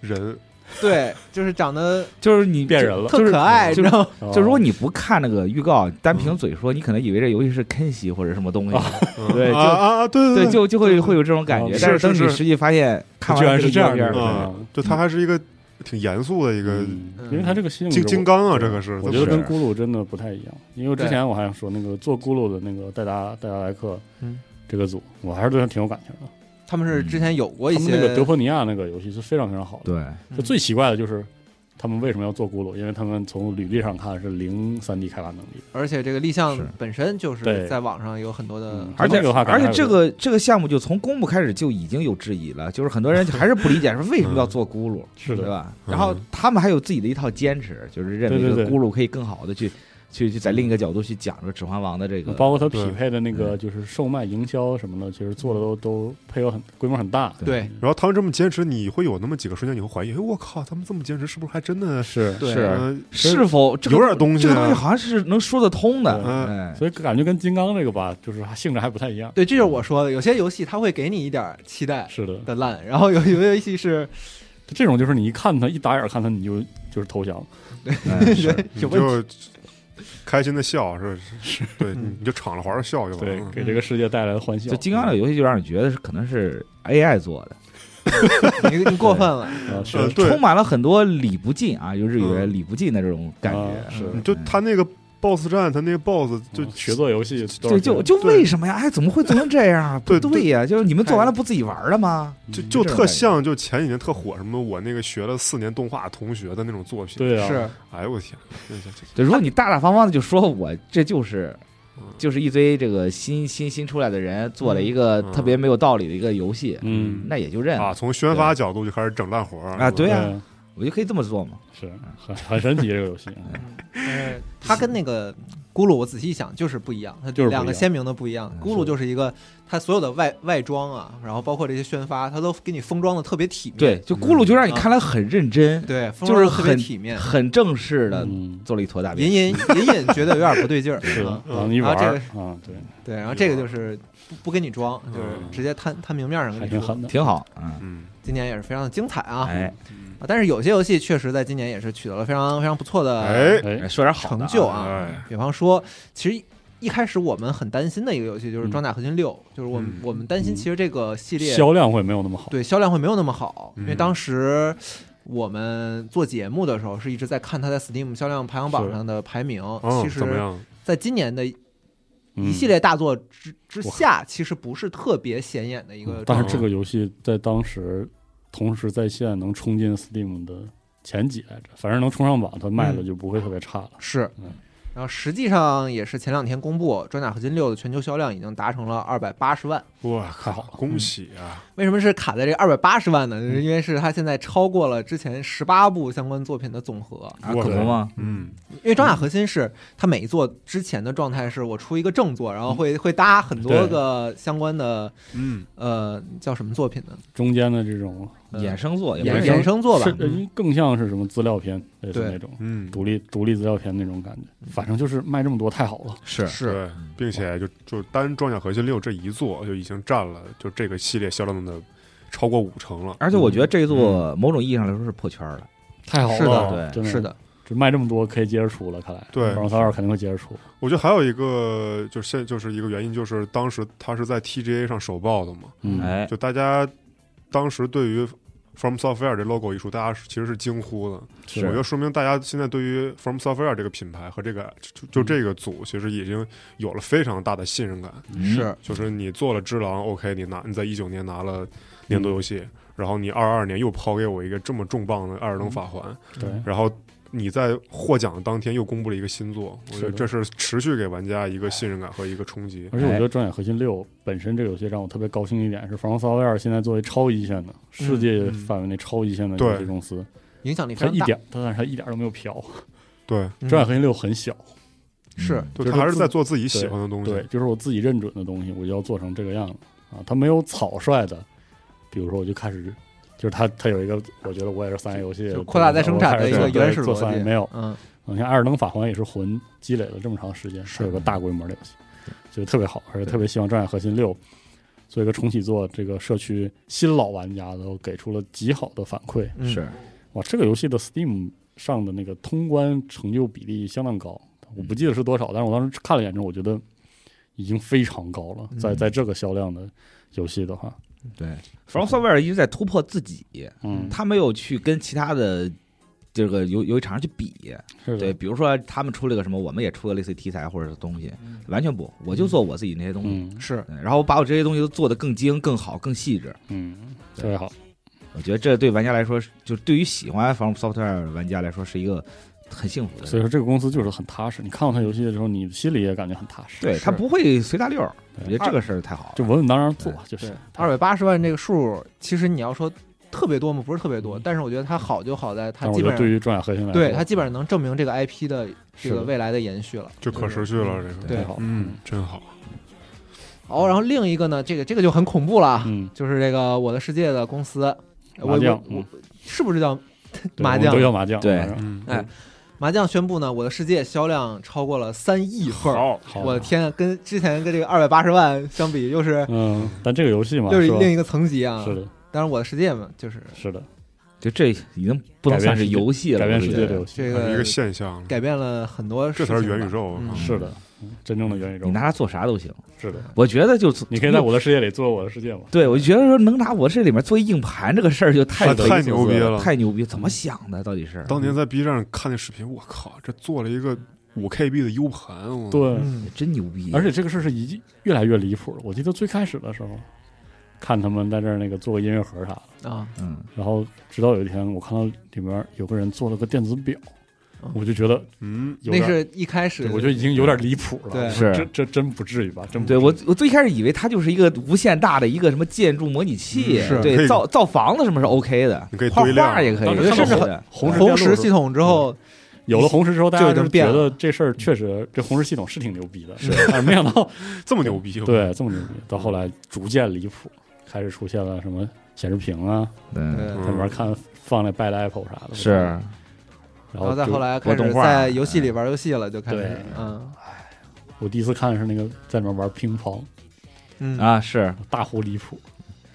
人对，就是长得就是你变人了啊就特是可爱，你就知是。道吗？就如果你不看那个预告，单凭嘴说，你可能以为这游戏是坑戏或者什么东西，嗯对就啊啊啊对对，对，就就会会有这种感觉哦。但是等是你是实际发现，看完居然这个是这样样的儿，啊，就他还是一个挺严肃的一个嗯嗯因为它这个新金金刚啊，这个是我这觉得不跟是咕噜真的不太一样，因为我之前我还想说那个做咕噜的那个戴达戴达莱克，嗯，这个组我还是对他挺有感情的。他们是之前有过一他们些那个德波尼亚那个游戏是非常非常好的。对，嗯就最奇怪的就是他们为什么要做咕噜，因为他们从履历上看是零三 D 开发能力，而且这个立项是本身就是对在网上有很多的嗯，而且那个话感而觉且还这不个这个项目就从公布开始就已经有质疑了，就是很多人还是不理 解说为什么要做咕噜，嗯是对的，嗯吧？然后他们还有自己的一套坚持，就是认为对这对个对咕噜可以更好的去去去在另一个角度去讲这个《指环王》的这个包括他匹配的那嗯个就是售卖、营销什么的，其实做的都都配合很规模很大。对然后他们这么坚持，你会有那么几个瞬间，你会怀疑，哎，我靠，他们这么坚持，是不是还真的？是，嗯对是呃是否这个有点东西啊这个东西好像是能说得通的，嗯哎，所以感觉跟金刚这个吧，就是性质还不太一样。对，这就是我说的，有些游戏它会给你一点期待是的，的烂，然后有有些游戏是这种就是你一看他一打眼看他，你就就是投降。哎觉得你有问题，就开心的笑，是是，对，嗯你就敞着怀儿笑就完对，了。给这个世界带来的欢笑。嗯就金刚这个游戏就让你觉得是可能是 AI 做的，你你过分了，啊，是呃，充对，满了很多理不尽啊，就日语嗯理不尽的这种感觉啊，是嗯你就他那个 BOSS 战，他那个 BOSS 就就学做游戏都就是就这就对为什么呀？哎，怎么会做成这样啊？对不 对呀，就是你们做完了不自己玩了吗？样就嗯就这种特像，就前几年特火什么我那个学了四年动画同学的那种作品。，对啊，是哎呦我天，这这这对，如果你大大方方的就说我这就是嗯。就是一堆这个新新新出来的人做了一个嗯特别没有道理的一个游戏，嗯，那也就认啊，了，从宣发角度就开始整烂活儿啊对呀啊，我就可以这么做嘛。是很很神奇这个游戏，呃，它跟那个咕噜，我仔细想就是不一样，它就是不一样两个鲜明的不一样。嗯咕噜就是一个它所有的外外装啊，然后包括这些宣发，它都给你封装的特别体面，对，嗯就咕噜就让你看来很认真，对，封就装是得特别很体面，很正式的嗯，做了一坨大隐便。隐隐隐觉得有点不对劲儿。是的，啊然后嗯你玩然后儿这啊，对，对，然后这个就是不不跟你装，嗯就是直接摊摊明面上还跟你挺说狠。的，挺好，嗯，嗯，今年也是非常的精彩啊！哎，啊但是有些游戏确实在今年也是取得了非常非常不错的哎，哎，说点好的成就啊，啊。哎，比方说，其实一一开始我们很担心的一个游戏就是《嗯装甲核心六》，就是我们嗯我们担心其实这个系列销量会没有那么好，对销量会没有那么好，嗯因为当时我们做节目的时候是一直在看它在 Steam 销量排行榜是上的排名。嗯其怎么实，样？在今年的一嗯系。列大作之之哇下，其实不是特别显眼的一个嗯但状态。是这个游戏在当时同时在线能冲进 Steam 的前几来着，反正能冲上榜，它卖的就不会特别差了。是嗯，然后实际上也是前两天公布，《装甲合金六》的全球销量已经达成了二百八十万。哇太好靠，恭喜啊！为什么是卡在这二百八十万呢？嗯就是因为是它现在超过了之前十八部相关作品的总和。啊，我可的不吗？嗯，因为《装甲核心》是它每一座之前的状态是我出一个正作，嗯然后会会搭很多个相关的嗯，呃叫什么作品呢？中间的这种呃衍生作也不衍是嗯生衍生作吧嗯是，呃更像是什么资料片，类似对嗯那种嗯，独立独立资料片那种感觉。反正就是卖这么多太好了，是是，对，并且就就单装甲核心六这一座就已经占了就这个系列销量的超过五成了。而且我觉得这一嗯座某种意义上来说是破圈了，太好是了，的真是，的，这卖这么多可以接着出了，看来对《王三二》肯定会接着出。我觉得还有一个就是现就是一个原因就是当时它是在 TGA 上首曝的嘛，嗯，哎，就大家当时对于 From Software 这 logo 一出，大家是其实是惊呼的。是我觉得说明大家现在对于 From Software 这个品牌和这个就就这个组，其实已经有了非常大的信任感。嗯是就是你做了《只狼》，OK，你拿你在一九年拿嗯了年度游戏，然后你二二年又抛给我一个这么重磅的《艾尔嗯登法环》，对，然后你在获奖当天又公布了一个新作，我觉是得的嗯这是持续给玩家一个信任感和一个冲击。而哎且我觉得《专业核心六》本身这个游戏让我特别高兴一点是，《f r o m s o f t w a r 现在作为超一线的世界范围内超一线的游戏对公司，影响力非它常一大。点，它但是它一点都没有飘。对， 《嗯专业核心六》很小，是对就是他还是自在做自己喜欢的嗯东西对，。就是我自己认准的东西，我就要做成这个样子啊。它没有草率的，比如说我就开始，就是它它有一个，我觉得我也是三 A 游戏就扩大再生产的一个对原始做逻三 A 辑，没有。嗯，你像《艾尔登法环》也是魂积累了这么长时间，是有个大规模的游戏，就特别好，而且特别希望《战海核心六》做一个重启作，这个社区新老玩家都给出了极好的反馈。嗯是，哇，这个游戏的 Steam 上的那个通关成就比例相当高，我不记得是多少，但是我当时看了一眼之后，我觉得已经非常高了，在嗯在这个销量的游戏的话，对，From Software 嗯一直在突破自己，嗯，他没有去跟其他的这个游游戏厂商去比，是对，的，比如说他们出了个什么，我们也出个类似于题材或者是东西，完全不，我就做我自己那些东西，嗯是对然后我把我这些东西都做得更精、更好、更细致。嗯，特别好，我觉得这对玩家来说，就对于喜欢 From Software 玩家来说是一个很幸福的事所以。说这个公司就是很踏实。你看到它游戏的时候，你心里也感觉很踏实，对他不会随大溜儿，对我觉得这个事儿太好了。就稳稳当当做，就是对，二百八十万这个数，其实你要说特别多吗？不是特别多，但是我觉得它好就好在它嗯但我基觉本得对上于装甲核心来说，嗯对它基本上能证明这个 IP 的这是个的未来的延续了。就可持续了，这个对太好了，嗯，真好。哦，然后另一个呢，这个这个就很恐怖了啊，嗯，就是这个我的世界的公司，我麻将我，嗯我，是不是叫对麻我们将都？叫麻将，对反正嗯，哎麻将宣布呢，我的世界销量超过了三亿份儿。好，好我的天啊，跟之前跟这个二百八十万相比，又是嗯，但这个游戏嘛，又是吧另一个层级啊。是的，当然，我的世界嘛，就是是的，就这已经不能算是游戏了，改变我世觉界得的游戏这还是一个个现象，改变了很多事这情才吧。是元宇宙嗯啊！是的，嗯真正的元宇宙你，拿它做啥都行。是的，我觉得就你可以在我的世界里做我的世界嘛，对，我就觉得说能拿我这里面做一硬盘这个事儿就太啊匪夷太所牛思逼了，了太牛逼！怎么想的？到底是当年在 B 站看那视频，我靠，这做了一个五 KB 的 U 盘，我对，嗯，真牛逼！而且这个事儿是一越来越离谱了。我记得最开始的时候，看他们在这儿那个做个音乐盒啥的，啊，嗯，然后直到有一天我看到里面有个人做了个电子表嗯，我就觉得嗯，有那点，是一开始对我觉得已经有点离谱了，对是这这真不至于吧？真不对至于我我最开始以为它就是一个无限大的一个什么建筑模拟器，嗯是可对以造造房子什么是 OK 的，你可以画堆画量也可当以，时我觉看到得甚至红很红红石石电路呃系统之后，有了红石之后，大就家已经就变觉了得这事儿确实这红石系统是挺牛逼的，是， 但是没想 到这么牛逼，我对，这么牛逼，到后来逐渐离谱，开始出现了什么显示屏啊，嗯，在里面看放那 Bad Apple 啥的，是然然后后再就后来开我始懂画在游戏里玩游戏了，就开始嗯对嗯我第一次看的是那个在里面玩乒乓，嗯，啊是，大乎离谱，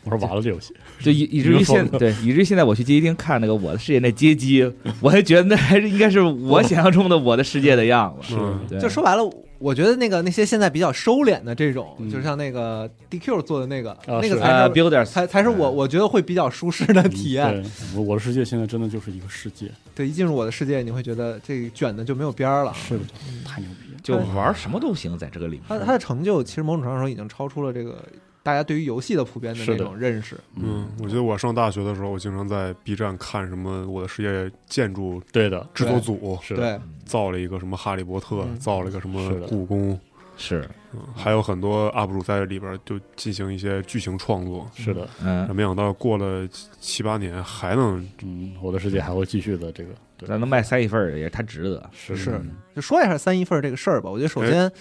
我说完了这游戏， 就以以至于你就现疯了对以至于现在我去街机厅看那个《我的世界》那街机，我还觉得那还是应该是我想象中的《我的世界》的样子。嗯对就说白了，我觉得那个那些现在比较收敛的这种，嗯啊就像那个 DQ 做的那个，那个是才呃是、 ，Builders 才才是我我觉得会比较舒适的体验。嗯。对，我我的世界现在真的就是一个世界，对，一进入我的世界，你会觉得这卷的就嗯没有边儿了。是的，太牛逼了。就玩什么都行，在这个里面。嗯它它的成就其实某种程度上已经超出了这个大家对于游戏的普遍的是那的种认识。嗯，我觉得我上大学的时候，我经常在 B 站看什么《我的世界》建筑对的，制作组是的，对，造了一个什么《哈利波特》，嗯造了一个什么是的故宫，是，嗯还有很多 UP 主在里边就进行一些剧情创作。是的，嗯，没想到过了七七八年还能嗯，我的世界还会继续的，这个对，咱能卖三一份儿也是他值得。是是嗯就说一下三一份儿这个事儿吧。我觉得首先，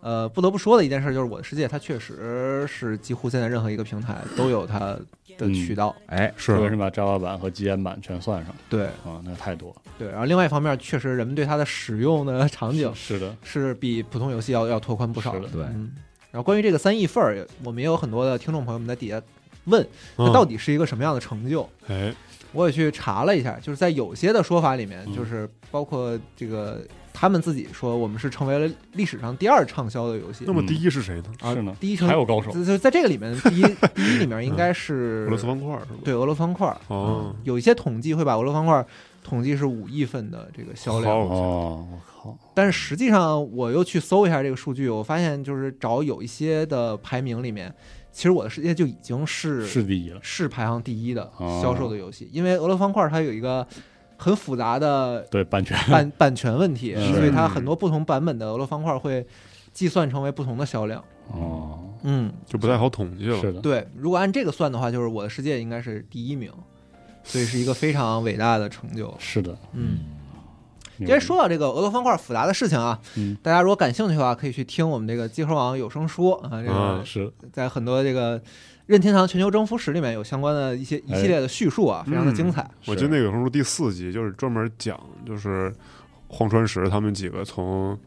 呃，不得不说的一件事就是《我的世界》，它确实是几乎现在任何一个平台都有它的嗯渠道。哎，是特别是把 Java 版和基岩版全算上对啊，那太多了，对，然后另外一方面，确实人们对它的使用的场景是的，是比普通游戏要要拓宽不少是的对，嗯，然后关于这个三亿份儿，我们也有很多的听众朋友们在底下问，它嗯到底是一个什么样的成就？哎，我也去查了一下，就是在有些的说法里面，就是包括这个他们自己说，我们是成为了历史上第二畅销的游戏那。么第一是谁呢？啊是呢，第一成还有高手，就就在这个里面，第一第一里面应该是嗯俄罗斯方块是吧？对俄嗯罗斯方块儿，哦，有一些统计会把俄罗斯方块儿统计是五亿份的这个销量，好，哦，我靠，但是实际上我又去搜一下这个数据，我发现就是找有一些的排名里面，其实我的世界就已经是是第一了，是排行第一的哦销售的游戏，因为俄罗斯方块它有一个很复杂 的对，版权，版版权问题，嗯所以它很多不同版本的俄罗斯方块会计算成为不同的销量。哦，嗯，就不太好统计了。是的，对，如果按这个算的话，就是我的世界应该是第一名，所以是一个非常伟大的成就。是的，嗯。明因为白说到这个俄罗方块复杂的事情啊，嗯大家如果感兴趣的话，可以去听我们这个集合网有声书啊，这个啊是在很多这个任天堂全球征服史里面有相关的一些一系列的叙述啊，非常的精彩。我记得那个时候第四集就是专门讲，就是荒川石他们几个从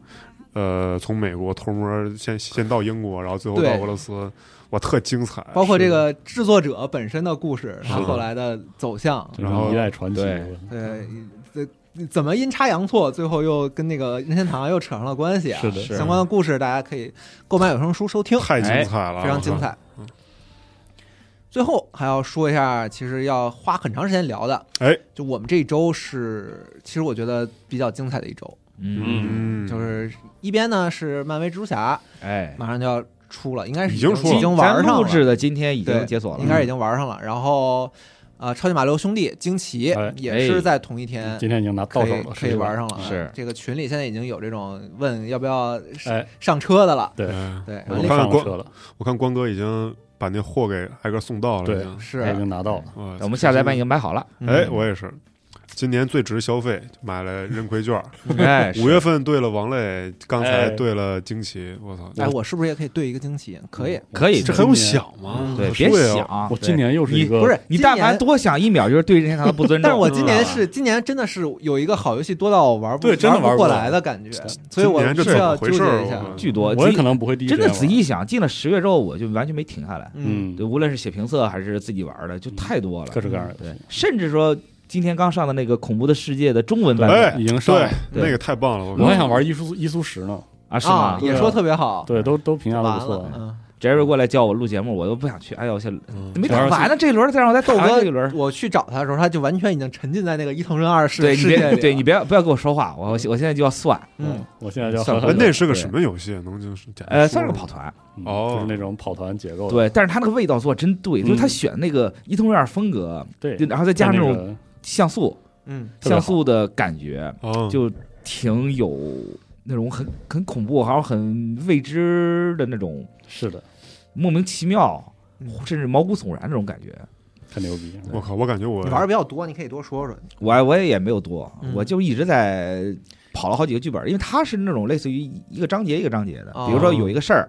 呃从美国偷摸先先到英国，然后最后对到俄罗斯，哇，特精彩。包括这个制作者本身的故事，是他后来的走向，这然种后一代传奇，对我对，呃这怎么阴差阳错，最后又跟那个任天堂又扯上了关系啊？是的是相关的故事大家可以购买有声书收听，太精彩了，哎非常精我看。彩嗯。最后还要说一下，其实要花很长时间聊的，哎，就我们这一周是，其实我觉得比较精彩的一周，嗯，嗯，就是一边呢是漫威蜘蛛侠哎，马上就要出了，应该是已经出了已经玩咱上录了，制的今天已对经解锁了，应该是已经玩上了。然后，呃，超级马里奥兄弟惊奇嗯哎也是在同一天今天已经拿到可手以了，可以是吧玩，上了。是这个群里现在已经有这种问要不要上哎，上车的了，对，哎对，然我后已那经个看上光了车了，我看关哥已经把那货给挨个送到了，对已经是我哎已经拿到了，哇我们下载版已经买好了，嗯哎，我也是。今年最值消费，买了认 亏券。嗯哎，是五月份对了王磊，刚才哎对了惊奇，我操！哎，我是不是也可以对一个惊奇？可以，可以，这还很啊用想吗？对，我别说呀想，嗯我对今年又是一个不是你今但年凡多想一秒，就是对任天堂的不啊尊重。但是我今年是今年真的是有一个好游戏多到我玩不对真的玩玩不不过过来来的感觉，所以我今年这是怎要么纠回事结儿一下。我巨多，我也自己可能不会第一真的时间玩仔细想，进了十月之后，我就完全没停下来。嗯，嗯，对，无论是写评测还是自己玩的，就太多了各。式各样的对，甚至说今天刚上的那个《恐怖的世界》的中文版哎本已经上对了，，对那个太棒了！我我还想玩伊苏伊苏十呢，啊，是啊吗，？也说特别好，对，都都评价嗯完的不了，错，啊嗯。杰瑞过来叫我录节目，我都不想去。哎呦，我现在嗯玩没打游戏完呢，这一轮再让我再豆打完这哥一轮，。我去找他的时候，他就完全已经沉浸在那个伊藤润二世对你世界里别，啊了。对你别不要跟我说话，我我现在就要算，嗯，我现在就要算狠哎了狠地那是个什么游戏？啊能就是简单呃，说算是个吗跑团，嗯哦就是那种跑团结构的，对，但是他那个味道做得真对，就是他嗯选那个伊藤润二风格，对就然后再加上那那种个像素，嗯，特别好像素的感觉，哦，就挺有那种很很恐怖，还有很未知的那种是的，莫名其妙嗯，甚至毛骨悚然那种感觉。太牛逼，我靠，我感觉我你玩的比较多，你可以多说说。我我也没有多嗯，我就一直在跑了好几个剧本，因为它是那种类似于一个章节一个章节的，哦比如说有一个事儿。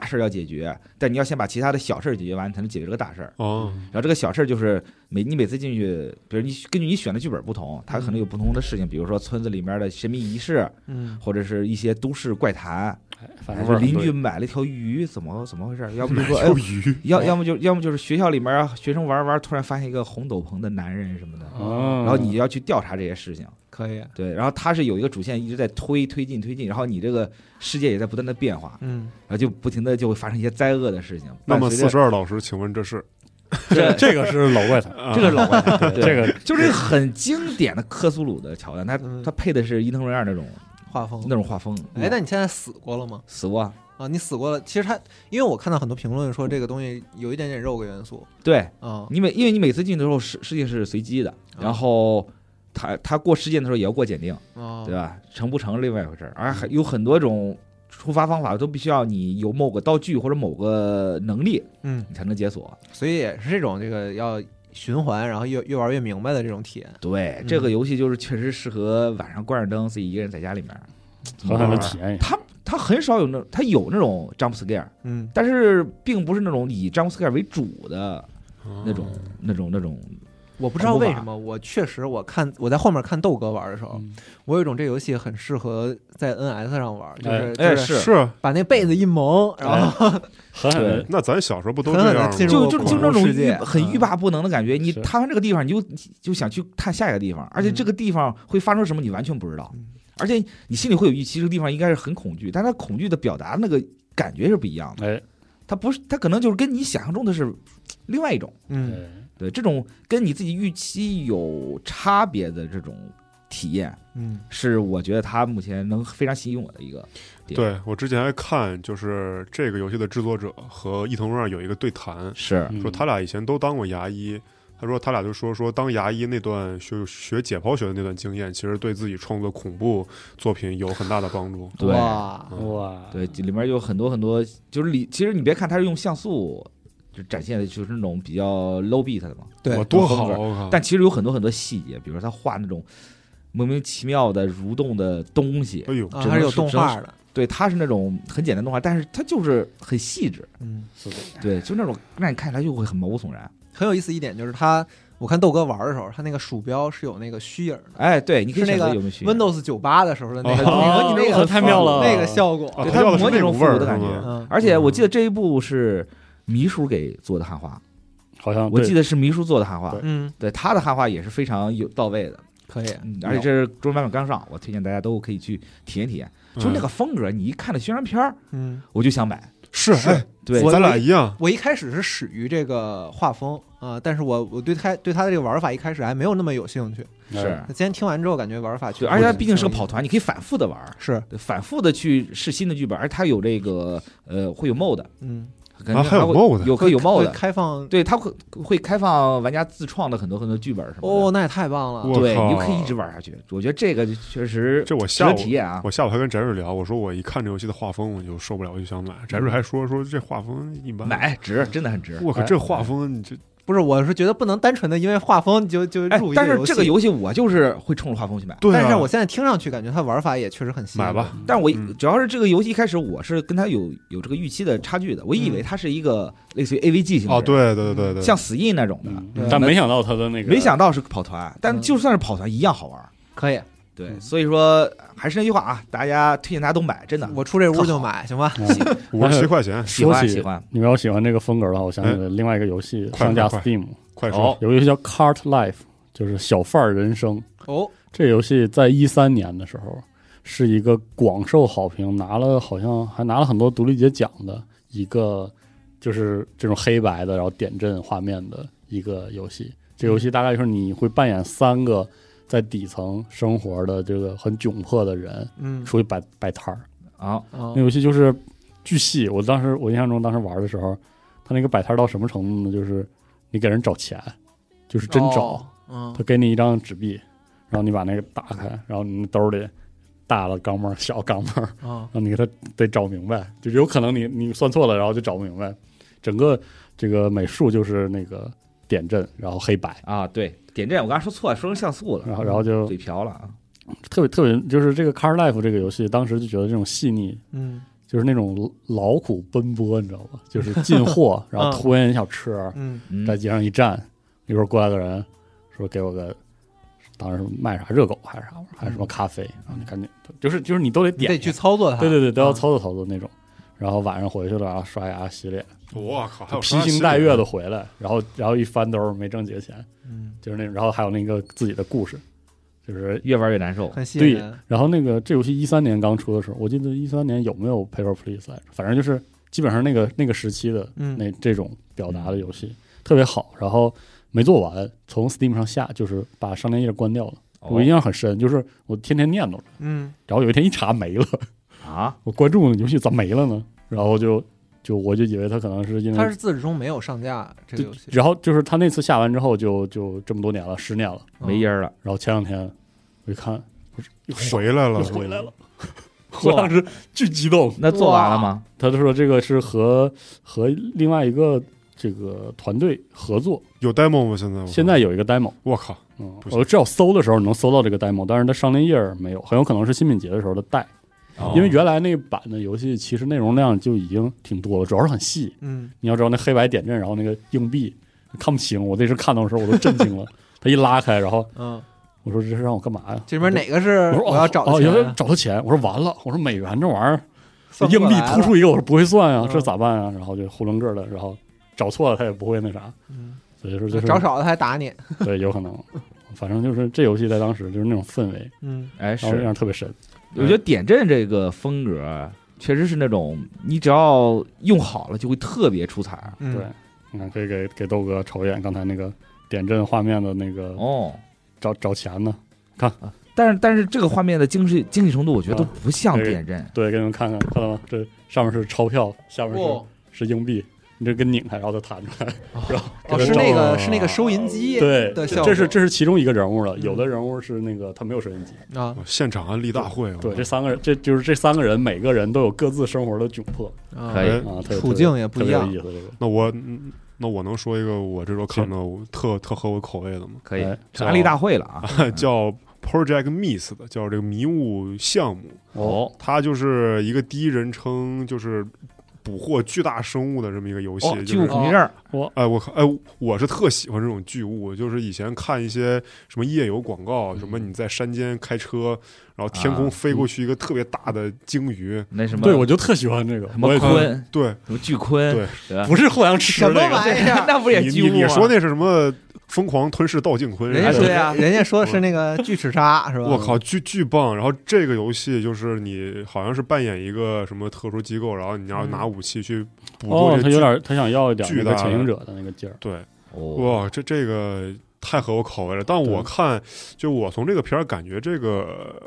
大事儿要解决，但你要先把其他的小事儿解决完，你才能解决这个大事儿。哦，然后这个小事儿就是每你每次进去，比如你根据你选的剧本不同，它可能有不同的事情，比如说村子里面的神秘仪式，嗯，或者是一些都市怪谈，反哎正就味儿很邻对居买了一条鱼，怎么怎么回事？要不就说，哎钓， 鱼要要么就要么就是学校里面啊学生玩玩，突然发现一个红斗篷的男人什么的，嗯然后你要去调查这些事情。可以。对，然后它是有一个主线一直在推推进推进，然后你这个世界也在不断的变化，嗯，然后就不停的就会发生一些灾厄的事情。那么伴四随着十二老师，请问这是这这个是老怪谈， 这个老外，对这个就是一个很经典的科苏鲁的桥段，它嗯它配的是伊藤润二那种画风哦那。种画风。哎嗯哎，那你现在死过了吗？死过啊，啊，你死过了。其实它，因为我看到很多评论说这个东西有一点点 rogue 元素对啊，你每因为你每次进去的时候世世界是随机的，啊然后他他过事件的时候也要过检定，啊对吧？成不成是另外一回事儿，而还有很多种触发方法都必须要你有某个道具或者某个能力，嗯，你才能解锁。所以也是这种这个要循环，然后越越玩越明白的这种体验。对，这个游戏就是确实适合晚上关着灯自己一个人在家里面儿，狠 狠的体验一下。他他很少有那他有那种 jump scare，嗯，但是并不是那种以 jump scare 为主的啊那种、那种那种。我不知道为什么，我确实我看我在后面看豆哥玩的时哦候，嗯我有一种这游戏很适合在 NS 上玩，就哎是哎就是是是，啊把那被子一蒙，然后狠狠对的，那咱小时候不都狠这狠样的吗？进入就就恐就怖那种世欲界很嗯欲罢不能的感觉，你是踏完这个地方，你就就想去探下一个地方，而且这个地方会发生什么，你完全不知道嗯，而且你心里会有预期，这个地方应该是很恐惧，但它恐惧的表达那个感觉是不一样的，哎，它不是，它可能就是跟你想象中的是另外一种，嗯对对，这种跟你自己预期有差别的这种体验，嗯是我觉得它目前能非常吸引我的一个点，，对我之前还看，就是这个游戏的制作者和伊藤润二有一个对谈，是，嗯说他俩以前都当过牙医。他说他俩就说说当牙医那段学学解剖学的那段经验，其实对自己创作恐怖作品有很大的帮助。对哇，嗯哇，对，里面有很多很多，就是里其实你别看它是用像素就展现的，就是那种比较 low beat 的嘛，对我多好风格啊！我靠但其实有很多很多细节，比如说他画那种莫名其妙的蠕动的东西，哎呦，啊，只还是能有是动只能画的，对，它是那种很简单动画，但是它就是很细致，嗯。是的，对，就那种让你看起来就会很毛骨悚然。很有意思一点就是它，我看豆哥玩的时候，它那个鼠标是有那个虚影的。哎，对，你可以是那选择个有没有虚拟 Windows 九八的时候的那个，哦模拟那个太妙了，那个效果，啊对他它要的是模拟那那股种味儿复古的感是觉吗嗯，而且我记得这一部是迷叔给做的汉化，好像我记得得是迷叔做的汉化，对嗯，对他的汉化也是非常有到位的，可以，嗯，而且这是中文版本刚上，我推荐大家都可以去体验体验。嗯就那个风格，你一看这宣传片儿，嗯，我就想买。是，哎对，咱俩一样，我一开始是始于这个画风啊、但是我我对它对它的这个玩法一开始还没有那么有兴趣。哎是，今天听完之后，感觉玩法确实啊对，而且它很毕竟是个有意思跑，团，你可以反复的玩儿，是，对反复的去试新的剧本，而它有这个呃会有 mod，嗯，可能还有它会 mod 有可以有会 mod，开放，对，它会会开放玩家自创的很多很多剧本什么哦的。，那也太棒了，我对，靠你可以一直玩下去。我觉得这个确实这我值下得午体验啊。我下午还跟翟瑞聊，我说我一看这游戏的画风我就受不了，我就想买。翟瑞还说说这画风一般，买值，真的很值。我靠，哎这画风你这不是，我是觉得不能单纯的因为画风就就哎入，一但是这个游戏，游戏我就是会冲着画风去买。对啊，但是我现在听上去感觉它玩法也确实很新，买吧，但我嗯主要是这个游戏一开始我是跟他有有这个预期的差距的，我以为它是一个类似于 AVG 型的哦，对对对对对，像死印那种的，嗯对但没想到他的那个，没想到是跑团，但嗯就算是跑团一样好玩。嗯可以，对，所以说还是那句话啊，大家推荐大家都买，真的，我出这屋就买，行 吧？ 五十七块钱，喜嗯说欢起喜欢。嗯你们要喜欢这个风格的话，我想起了另外一个游戏快上架快快 Steam，快说，有一个游戏叫 Cart Life，就是小贩儿人生。哦，这游戏在一三年的时候是一个广受好评，拿了好像还拿了很多独立节奖的一个，就是这种黑白的，然后点阵画面的一个游戏。这游戏大概就是你会扮演三个在底层生活的这个很窘迫的人，嗯，出去摆摆摊儿。啊，哦那游戏就是巨细，我当时我印象中当时玩的时候，他那个摆摊儿到什么程度呢？就是你给人找钱，就是真找。哦，嗯他给你一张纸币，然后你把那个打开，然后你兜里大了钢镚儿、小钢镚儿，然啊，后你给他得找明白，就有可能你你算错了，然后就找不明白。整个这个美术就是那个点阵，然后黑白，啊，对，点阵我刚才说错了，说成像素了，然后然后就嘴瓢了啊。特别特别，就是这个《Car Life》这个游戏，当时就觉得这种细腻。嗯就是那种劳苦奔波，你知道吧？就是进货，然后拖人小车，嗯嗯在街上一站，一会儿过来个人说给我个，当时卖啥热狗还是啥玩意儿，还是什么咖啡，然后你赶紧就是就是你都得你嗯点得去操作它，对对对，都要啊操作操作那种。然后晚上回去了，然后刷牙洗脸，我靠，还有披星戴月的回来，然后然后一翻兜儿没挣几个钱，嗯，就是那种。然后还有那个自己的故事，就是越玩越难受。很吸引对人，。然后那个这游戏一三年刚出的时候，我记得一三年有没有 Paper Please 来着？反正就是基本上那个那个时期的嗯那这种表达的游戏特别好，然后没做完，从 Steam 上下就是把商店页关掉了。我哦印象很深，就是我天天念叨着，嗯，然后有一天一查没了，啊，我关注游戏咋没了呢？然后就就我就以为他可能是因它为是自始终没有上架这个就游戏，然后就是他那次下完之后就就这么多年了，十年了。嗯没音儿了，然后前两天我一看，我说回又来嗯了又，回来了，我当时巨激动。那做完了吗？他就说这个是和和另外一个这个团队合作，有 demo 吗？现在嗯现在有一个 demo，我靠，嗯，不是我至少搜的时候能搜到这个 demo，但是它上链页儿没有，很有可能是新品节的时候的带，因为原来那版的游戏其实内容量就已经挺多了，主要是很细，嗯，你要知道那黑白点阵，然后那个硬币看不清，我那时看到的时候我都震惊了，他一拉开，然后嗯，我说这是让我干嘛呀？这里面哪个是我说我要找哦的哦，钱原啊来？找他钱，我说完了，我说美元这玩意儿算不硬过币来啊突了，出一个，我说不会算啊，嗯这咋办啊？然后就囫囵个儿的，然后找错了他也不会那啥，嗯所以说就是找少了他还打你，对，有可能，反正就是这游戏在当时就是那种氛围，嗯，哎，然后印是，象特别深。我觉得点阵这个风格确实是那种你只要用好了就会特别出彩嗯对，你看可以给给豆哥瞅一眼刚才那个点阵画面的那个哦。找找钱呢，但是但是这个画面的精细精细程度，我觉得都啊不像对点阵，对，给你们看看，看到吗？这上面是钞票，下面是、哦，是硬币，你这给拧开，然后它弹出来，然后哦给它是照那个哦是那个收银机对，的这效果这是这是其中一个人物了，嗯有的人物是那个他没有收音机。啊，哦现场案例大会，哦对，这我三个人，这就是这三个人，每个人都有各自生活的窘迫啊可以哎啊，特别处境也不一样特别有意思这个。那我嗯那我能说一个我这周看到特特合我口味的吗？可以哎成安利大会了啊！ 叫 Project Miss 的，叫这个迷雾项目。哦，它就是一个第一人称，就是捕获巨大生物的这么一个游戏。哦，就巨物是恐惧症，哎，我靠，哎，我是特喜欢这种巨物，就是以前看一些什么夜游广告，什么你在山间开车，然后天空嗯啊飞过去一个特别大的鲸鱼，那什么对，我就特喜欢这个什，我么也看鲲，对，什么巨鲲，对对吧不是互相吃什这么个，玩意儿？ 那不也你巨物啊你吗？你说那是什么疯狂吞噬道靖鲲？ 人家是说吧对啊人家说的是那个巨齿鲨是吧？我靠，巨巨棒！然后这个游戏就是你好像是扮演一个什么特殊机构，然后你要嗯拿武器去捕捉哦这，他巨有点，他想要一点巨那大个的潜行者的那个劲儿，对，哦，哇，这这个太合我口味了。但我对看，就我从这个片儿感觉，这个呃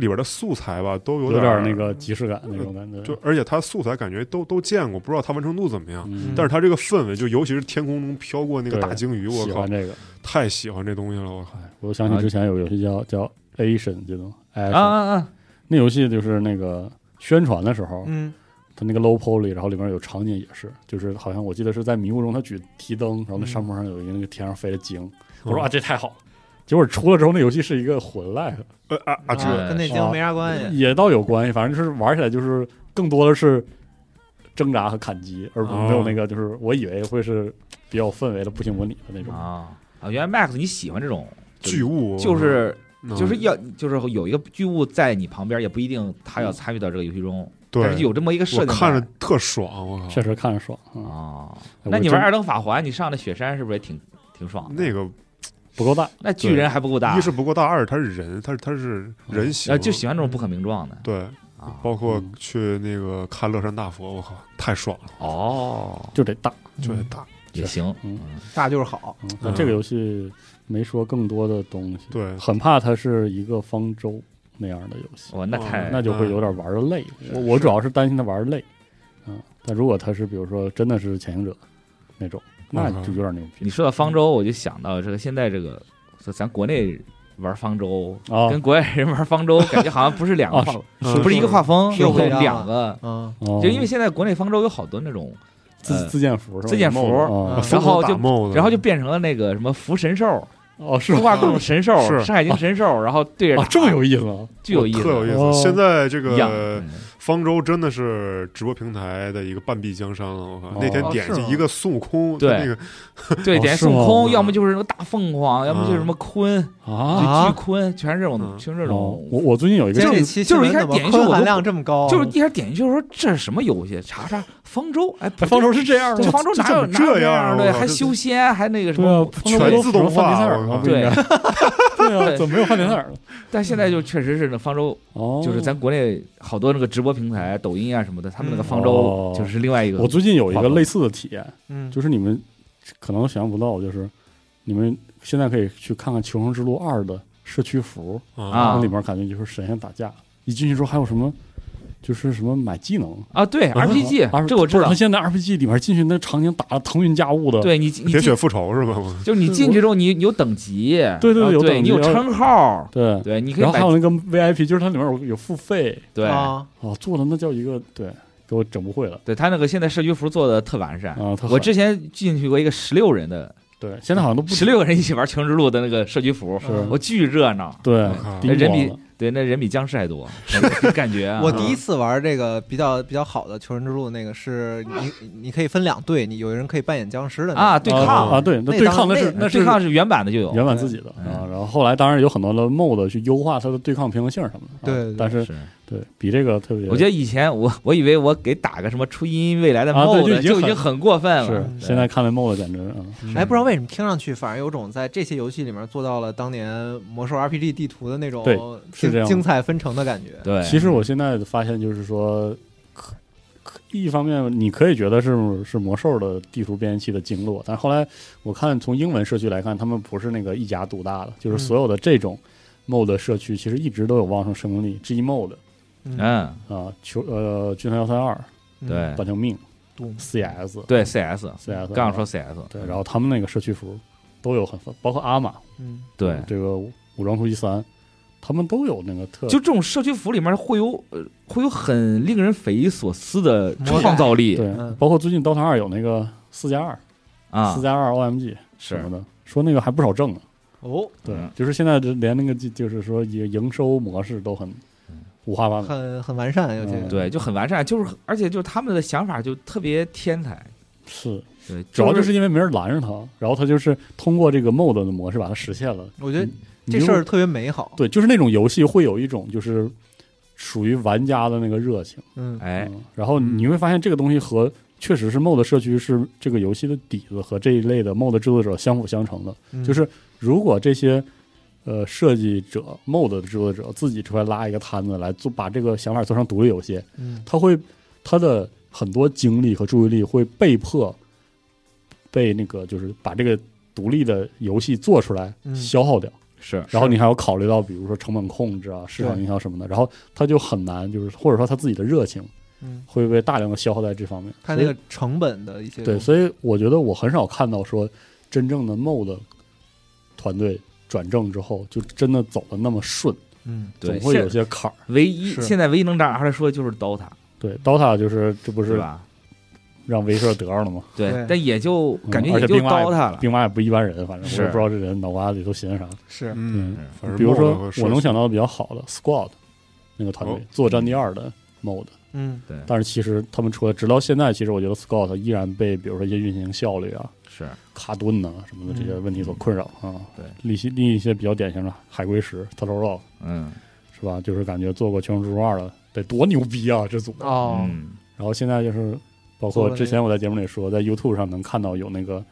里边的素材吧，都有有点点儿那，个即视感那种感觉。就而且它素材感觉都都见过，不知道它完成度怎么样。嗯，但是它这个氛围，就尤其是天空中飘过那个对大鲸鱼，我喜靠欢，这个，太喜欢这东西了，我靠！哎，我想起之前有个游戏叫叫 Asian，记得吗？嗯啊 Asian 啊啊！那游戏就是那个宣传的时候，嗯，它那个 low poly，然后里面有场景也是，就是好像我记得是在迷雾中，他举提灯，然后嗯那山坡上有一个那个天上飞的鲸，我说啊这太好了。结果出了之后，那游戏是一个混赖，呃啊啊，啊这个跟那鲸没啥哎关系，嗯也倒有关系，反正就是玩起来就是更多的是挣扎和砍击，而哦没有那个就是我以为会是比较氛围的步行模拟的那种。啊啊！原来 Max 你喜欢这种巨物就是嗯就是要就是有一个巨物在你旁边，也不一定他要参与到这个游戏中，但是对，有这么一个设我定在。看着特爽，我靠！确实看着爽啊、啊，我那你玩真《二等法环》，你上那雪山是不是也挺挺爽的？那个不够大，那巨人还不够大一，是不够大，二是它是人，它是它是人形啊，，就喜欢这种不可名状的对，啊。包括嗯去那个看乐山大佛，我靠，太爽了，哦，就得大。就得大。也行，嗯嗯大就是好，嗯，但这个游戏没说更多的东西，对很怕它是一个方舟那样的游戏。哇，那哦太那就会有点玩的累。我我主要是担心他玩得累，嗯，但如果他是比如说真的是潜行者那种，那就有点牛逼你说到方舟，我就想到这个现在这个，说咱国内玩方舟，啊跟国外人玩方舟，感觉好像不是两个啊画，是不是一个画风，是又不一会样两个，嗯，哦就因为现在国内方舟有好多那种自呃自建服是吧？自建服，呃哦嗯然后打就帽子，然后就变成了那个什么福神兽，哦是孵化吧？各种神兽，是山海经神兽，然后 对 着啊打，这么有意思啊！具有意思，特有哦意思。现哦在这一样个方舟真的是直播平台的一个半壁江山了，我靠！那天哦点是击吗一个孙悟空，对他那个嗯对，哦点是孙悟空，吗要么就是那个大凤凰，要么就是什么鲲，啊，啊就巨鲲，全是这种，嗯全是这哦种我我最近有一个今天这正期就是新闻一开怎始么点进去我鲲都含量这么高啊，就是一开始点进去说这是什么游戏，查查方舟，哎，不哎方舟是这样的对吗，方舟哪有这哪有这样啊样的，我靠还这修仙，还那个什对啊么，，方舟都全自动化范迪塞尔吗我靠啊不应该对啊，对怎么没有范迪塞尔呢？但现在就确实是那方舟，哦，就是咱国内好多那个直播平台、抖音啊什么的，他们那个方舟哦就是另外一个我最近有一个类似的体验，嗯，就是你们可能想象不到，就是你们现在可以去看看《求生之路二》的社区服，啊然后里面感觉就是神仙打架，一进去之后还有什么，就是什么买技能啊，对 RPG，啊这我知不是道他。现在 RPG 里面进去那场景打得腾云驾雾的，对你，你铁进血复仇是吧？就是你进去之后，你你有等级，对对然后有对等你级有然后称号，对对，你可以然后还买有那个 VIP，就是它里面有有付费对啊，啊，做的那叫一个对，给我整不会了对，他那个现在社区服做的特完善。啊。它我很之前进去过一个十六人的，对现在好像都不十六个人一起玩《情之路》的那个社区服，是嗯我巨热闹，对靠叮人咣比了对那人比僵尸还多，我感觉啊我第一次玩这个比较比较好的《求生之路》，那个是你你可以分两队，你有人可以扮演僵尸的那啊种对啊抗啊，对，那那对当抗那是那那是对抗是原版的就有，原版自己的嗯啊。然后后来当然有很多的 mod 去优化它的对抗平衡性什么的，啊对对对但是是对比这个特别，我觉得以前我我以为我给打个什么初音未来的啊对 mod 就已经就已经很很过分了，是现在看那 mod 简直啊，哎，不知道为什么听上去反而有种在这些游戏里面做到了当年魔兽 RPG 地图的那种对是精这样精彩纷呈的感觉。对，其实我现在发现就是说，可可一方面你可以觉得是是魔兽的地图编辑器的经络，但后来我看从英文社区来看，他们不是那个一家独大的，就是所有的这种 mod 社区其实一直都有旺盛生命力。G mod 嗯，嗯啊，球呃军团幺三二、嗯对半条命、 Doom 嗯 CS、对 CS， CS，刚想说 CS，对，然后他们那个社区服都有很包括阿玛嗯，对，这个武装突击三，他们都有那个特就这种社区服里面会有呃会有很令人匪夷所思的魔改创造力对嗯，包括最近 DOTA 二有那个四加二。啊四，加二 OMG 什是么的，说那个还不少挣呢。哦，对，嗯就是现在这连那个就就是说营营收模式都很嗯五花八门。很很完善，有些嗯对，就很完善，就是而且就是他们的想法就特别天才，是，对，主要就是是因为没人拦着他，然后他就是通过这个 mod 的模式把它实现了。我觉得嗯你这如事果儿特别美好。对，就是那种游戏会有一种就是属于玩家的那个热情。嗯，哎，嗯，然后你会发现这个东西和确实是 mod 社区是这个游戏的底子和这一类的 mod 制作者相辅相成的。嗯就是如果这些呃设计者、mod 的制作者自己出来拉一个摊子来做，把这个想法做成独立游戏，嗯他会他的很多精力和注意力会被迫被那个就是把这个独立的游戏做出来嗯消耗掉。是然后你还要考虑到，比如说成本控制啊、市场营销什么的，然后他就很难，就是或者说他自己的热情嗯，会被大量的消耗在这方面。看所那以个成本的一些对，东西所以我觉得我很少看到说真正的 mod 团队转正之后就真的走的那么顺，嗯对总，会有现些坎儿。唯一是现在唯一能拿出来说的就是 DOTA，对，DOTA 就是这不是是吧？让威社得着了吗？对对，但也就感嗯觉而也且就兵马也 DOTA 了，兵马也不一般人，反正我是也不知道这人脑瓜子里都寻思啥。是嗯，嗯反正比如 mod 和说设计我能想到的比较好的 Squad 那个团队、哦做《战地二》的 mod，嗯对，但是其实他们出来直到现在，其实我觉得 Squad 依然被比如说一些运行效率啊、是卡顿呐、什么的这些问题所困扰啊。嗯对另一些另一些比较典型的海龟石、特罗罗嗯是吧？就是感觉做过《全职二》的得多牛逼啊，这组。哦，嗯然后现在就是包做了括那个之前我在节目里说，在 YouTube 上能看到有那个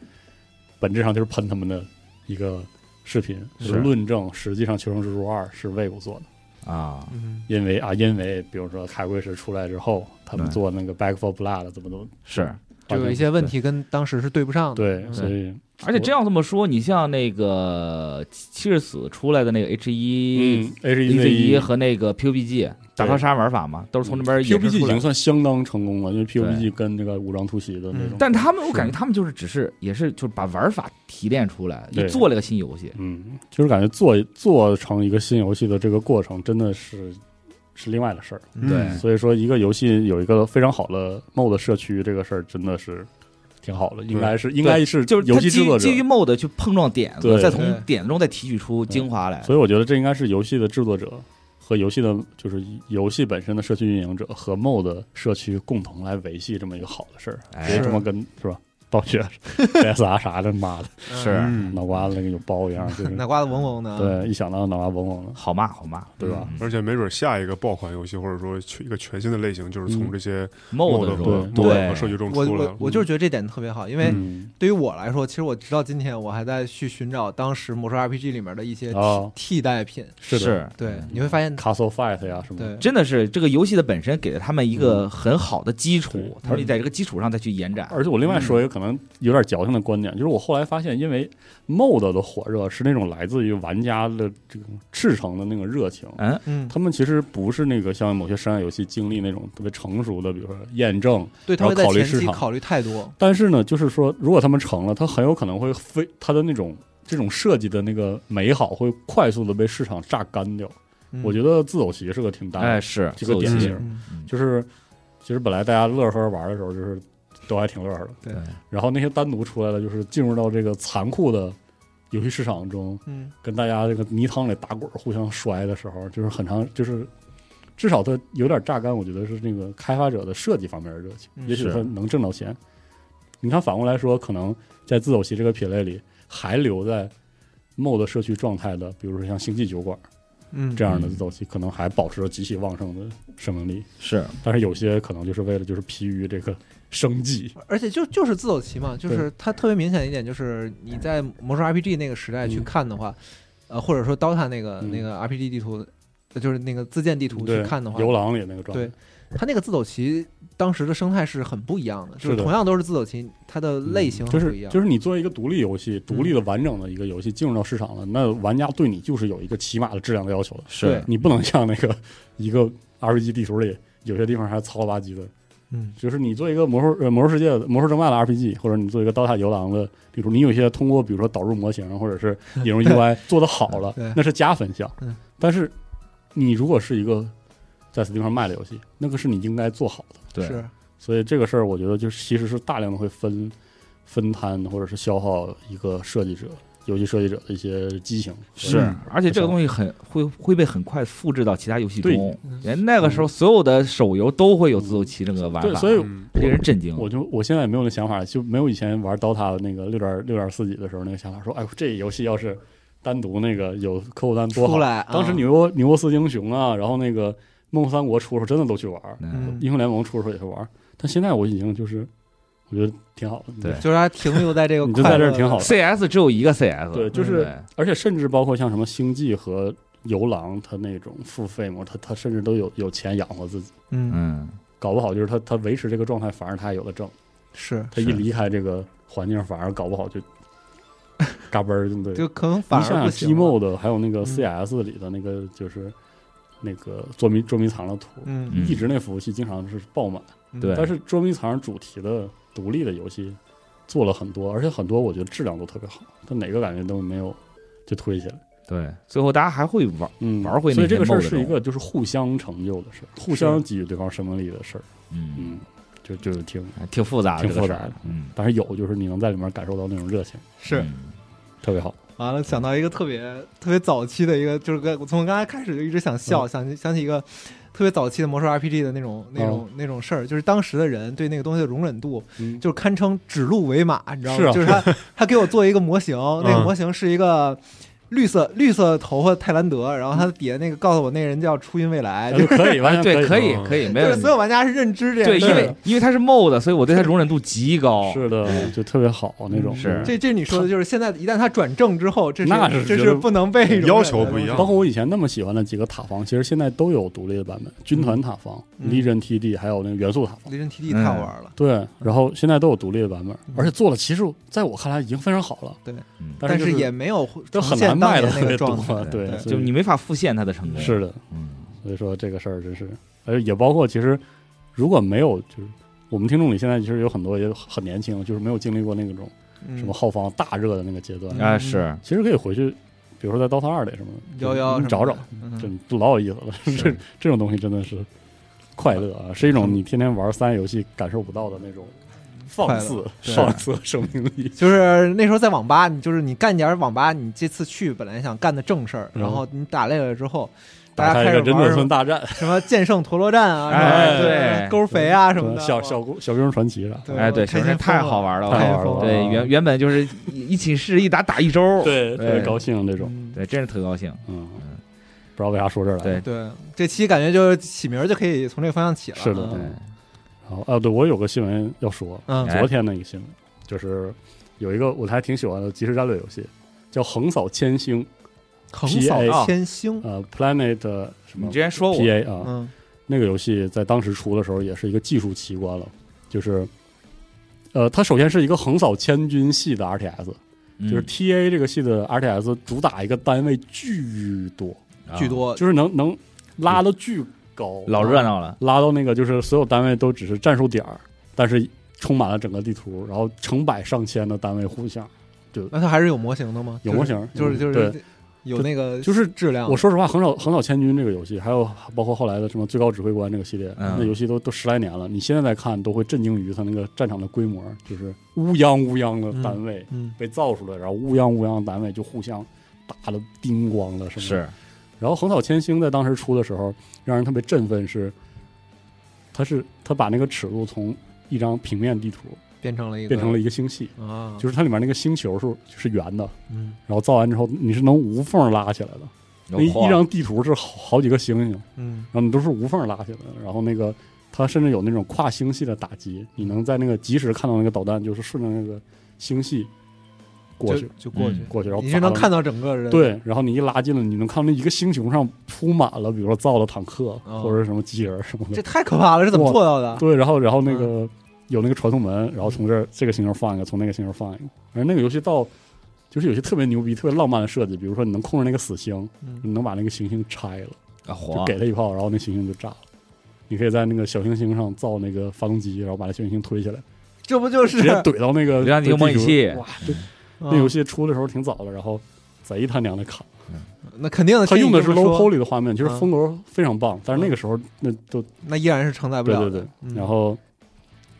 本质上就是喷他们的一个视频，是就是论证实际上《求生之路二》是魏武做的，啊，嗯因为啊，因为比如说海龟石出来之后，他们对做那个 Back for Blood 怎么怎么，是，就有一些问题跟当时是对不上的。嗯对，所以而且这样这么说，你像那个七十死出来的那个 H 一嗯，H 一 E Z 一 Z 和那个 PUBG 打靠杀玩法嘛，都是从那边衍生 PUBG 已出来经的。算相当成功了，因为 PUBG 对嗯跟那个武装突袭的那种，但他们，我感觉他们就是只是也是就是把玩法提炼出来，对就做了个新游戏。嗯，就是感觉做做成一个新游戏的这个过程，真的是是另外的事儿。嗯对所以说，一个游戏有一个非常好的 MOD 社区，这个事儿真的是挺好的，应该是应该是就是游它戏基制于作者基。于 mod 去碰撞点子，对再从对点子中再提取出精华来。所以我觉得这应该是游戏的制作者和游戏的，就是游戏本身的社区运营者和 MOD 社区共同来维系这么一个好的事儿，哎别他妈跟是吧？暴雪、CSR 啊 啥的，妈的，嗯是嗯，脑瓜子跟有包一样，就是脑瓜子嗡嗡的。，对，一想到脑瓜嗡嗡的，好骂好骂，对吧？嗯而且没准下一个爆款游戏，或者说去一个全新的类型，就是嗯从这些 mod 的时候，嗯对对对和，数据中我出来我了。嗯我就是觉得这点特别好，因为嗯对于我来说，其实我直到今天，我还在去寻找当时魔兽 RPG 里面的一些啊，替代品。是的是对，你会发现， Castle Fight 呀、什么对的，真的是这个游戏的本身给了他们一个很好的基对嗯础，他们在这个基础上再去延展。而且我另外说一个可能能有点矫情的观点，就是我后来发现，因为 MOD 的火热是那种来自于玩家的这种赤诚的那种热情，嗯，嗯，他们其实不是那个像某些商业游戏经历那种特别成熟的，比如说验证。对，他会然后在考虑前市期场考虑太多，但是呢，就是说，如果他们成了，它很有可能会非它的那种这种设计的那个美好会快速的被市场榨干掉。嗯我觉得自走棋是个挺大的哎，是嗯这个自由典棋型嗯嗯就是其实本来大家乐呵玩的时候，就是都还挺乐呵的。对然后那些单独出来的，就是进入到这个残酷的游戏市场中，嗯跟大家这个泥汤里打滚儿、互相摔的时候，就是很长，就是至少它有点榨干。我觉得是那个开发者的设计方面的热情，嗯也许是他能挣到钱。你看，反过来说，可能在自走棋这个品类里，还留在 MOD 社区状态的，比如说像星际酒馆嗯，这样的嗯自走棋，可能还保持着极其旺盛的生命力。是，但是有些可能就是为了就是疲于这个生计，而且就就是自走棋嘛，就是它特别明显的一点就是你在魔兽 RPG 那个时代去嗯看的话，呃，或者说 DOTA 那个嗯那个 RPG 地图，呃就是那个自建地图去对看的话，游廊里那个状态对，它那个自走棋当时的生态是很不一样的，就是是的同样都是自走棋，它的类型嗯就很不一是样，嗯就是你作为一个独立游戏，独立的完整的一个游戏进入到市场了，那玩家对你就是有一个起码的质量的要求的，是你不能像那个一个 RPG 地图里有些地方还糙了吧唧的，嗯就是你做一个魔兽呃魔兽世界的魔兽争霸的 RPG，或者你做一个刀塔游廊的，比如你有一些通过比如说导入模型或者 是引入 UI 做的好了对，那是加分项嗯。但是你如果是一个在 Steam 上卖的游戏，那个是你应该做好的。对是所以这个事儿，我觉得就是其实是大量的会分分摊或者是消耗一个设计者。游戏设计者的一些激情是嗯，而且这个东西很会会被很快复制到其他游戏对嗯中。连那个时候，所有的手游都会有自走棋这个玩对，法，所以嗯令人震惊。我就我现在也没有那想法，就没有以前玩 DOTA 那个六点六点四几的时候那个想法，说哎呦这游戏要是单独那个有客户端多出好。来，当时啊纽沃纽沃斯英雄啊，然后那个梦三国出的时候真的都去玩，嗯，英雄联盟出的时候也去玩，但现在我已经就是我觉得挺好的，对就是它停留在这个你就快在这乐儿挺好的。 ，CS 只有一个 CS，嗯对，就是而且甚至包括像什么星际和游廊，它那种付费嘛，它它甚至都有有钱养活自己，嗯嗯，搞不好就是它它维持这个状态，反而它还有的挣。是。他一是离开这个环境，反而搞不好就嘎嘣儿，对。就可能反你想而不想行 G 了。 mode 还有那个嗯 CS 里的那个就是那个捉迷捉迷藏的图，嗯，嗯一直那服务器经常是爆满。嗯对但是捉迷藏主题的独立的游戏做了很多，而且很多我觉得质量都特别好，但哪个感觉都没有就推起来。对，最后大家还会玩，嗯，玩回那所以这些个事儿 mode 是一个就是互相成就的事儿，互相给予对方生命力的事儿。嗯，嗯，就就挺，挺复杂的，挺这复个事杂儿的，嗯，但是有就是你能在里面感受到那种热情，是嗯，特别好。完了，想到一个特别特别早期的一个，就是跟我从刚才开始就一直想嗯笑，想起想起一个特别早期的魔兽 RPG 的那种哦那种、那种事儿，就是当时的人对那个东西的容忍度，嗯，就是堪称指鹿为马，你知道吗？是啊嗯就是他 他给我做一个模型，那个模型是一个。绿色绿色头发泰兰德，然后他底下那个告诉我那人叫初音未来，就就可以，完全对，可可以哦嗯以可以，没就问是题所。有玩家是认知这对，件事因儿为的。因为它是 MOD，所以我对它容忍度极高。是的，就特别好那种。是嗯这这你说嗯的就是现在一旦他转正之后，这是那是这觉是得不能被容忍的嗯要求不一样包括我以前那么喜欢的几个塔防，其实现在都有独立的版本，军团塔防、嗯 Legion TD，还有那个元素塔防。离人 TD 太好玩了，对，然后现在都有独立的版本嗯，而且做了，其实在我看来已经非常好了。对嗯但是就也没有都很呈现难当卖的年那特个别状多态。，对，所以就你没法复现它的成功。是的，嗯，所以说这个事儿真是，而且也包括其实如果没有就是我们听众里现在其实有很多也很年轻，就是没有经历过那种嗯什么浩方大热的那个阶段，啊是其实可以回去，比如说在 DOTA 二里什么的，幺幺你找找，，嗯真老有意思了。 这这种东西真的是快乐嗯啊，是一种你天天玩三 A 游戏感受不到的那种放快肆、对 放肆生命力。就是那时候在网吧，你就是你干点网吧，你这次去本来想干的正事儿，嗯然后你打累了之后，大打家开开一始个真玩的什村么大战，什 么剑圣陀螺战啊，什么哎对勾肥啊什么的，小小公小兵传奇啊啥，对哎，对，开小心人太疯了好玩了，太好玩疯了。了对，原原本就是一一寝室一打打一周，对，特别对高兴这种，嗯对，真是特高兴。嗯，不知道为啥说这儿来。对对，这期感觉就是起名儿就可以从这个方向起了，是的啊对嗯，然后啊，对我有个新闻要说，嗯哎昨天的一个新闻就是有一个我还挺喜欢的即时战略游戏，叫《横扫千星》横 PA 扫千星，呃，Planet 什么你之前说我 PA 啊，嗯那个游戏在当时出的时候也是一个技术奇观了，就是呃，它首先是一个横扫千军系的 RTS，嗯就是 TA 这个系的 RTS 主打一个单位巨多，巨，多，就是能能拉的巨高，嗯啊啊老热，闹了，拉到那个就是所有单位都只是战术点儿，但是充满了整个地图，然后成百上千的单位互相那它还是有模型的吗？有模型，嗯就是，就是对就是有那个就是质量。我说实话，横扫横扫千军这个游戏，还有包括后来的什么最高指挥官这个系列，嗯那游戏都都十来年了，你现在再看都会震惊于它那个战场的规模，就是乌泱乌泱的单位、嗯，被造出来，然后乌泱乌泱的单位就互相打的叮咣了，什么的。是然后横扫千星在当时出的时候，让人特别振奋是，它是它把那个尺度从一张平面地图变成了一个变成了一个星系，啊，就是它里面那个星球是是圆的，嗯然后造完之后你是能无缝拉起来的。那一啊一张地图是好好几个星星，嗯然后你都是无缝拉起来的。然后那个它甚至有那种跨星系的打击，你能在那个及时看到那个导弹，就是顺着那个星系过去就就过去嗯，过去，然后你砸是能到看到整个人对，然后你一拉近了，你能看到那一个星球上铺满了，比如说造的坦克哦或者什么机器人什么这嗯的。太可怕了，这怎么哇做到的？对，然后然后那个有那个传送门，然后从这儿这个星球放一个，从那个星球放一个。而那个游戏到就是有些特别牛逼、特别浪漫的设计，比如说你能控制那个死星，嗯你能把那个行星拆了。啊就火给了一炮，然后那行星就炸了。你可以在那个小行星上造那个发动机，然后把那小行星推 起来，这不就直是啊接怼到那个让你地用模拟球器哇，这嗯那那游戏出的时候挺早的，然后贼他娘的卡。那肯定的，他用的是听你这 low 么说 poly 的画面，其实嗯风格非常棒，但是那个时候那都那依然是承载不对了对的。对。嗯然后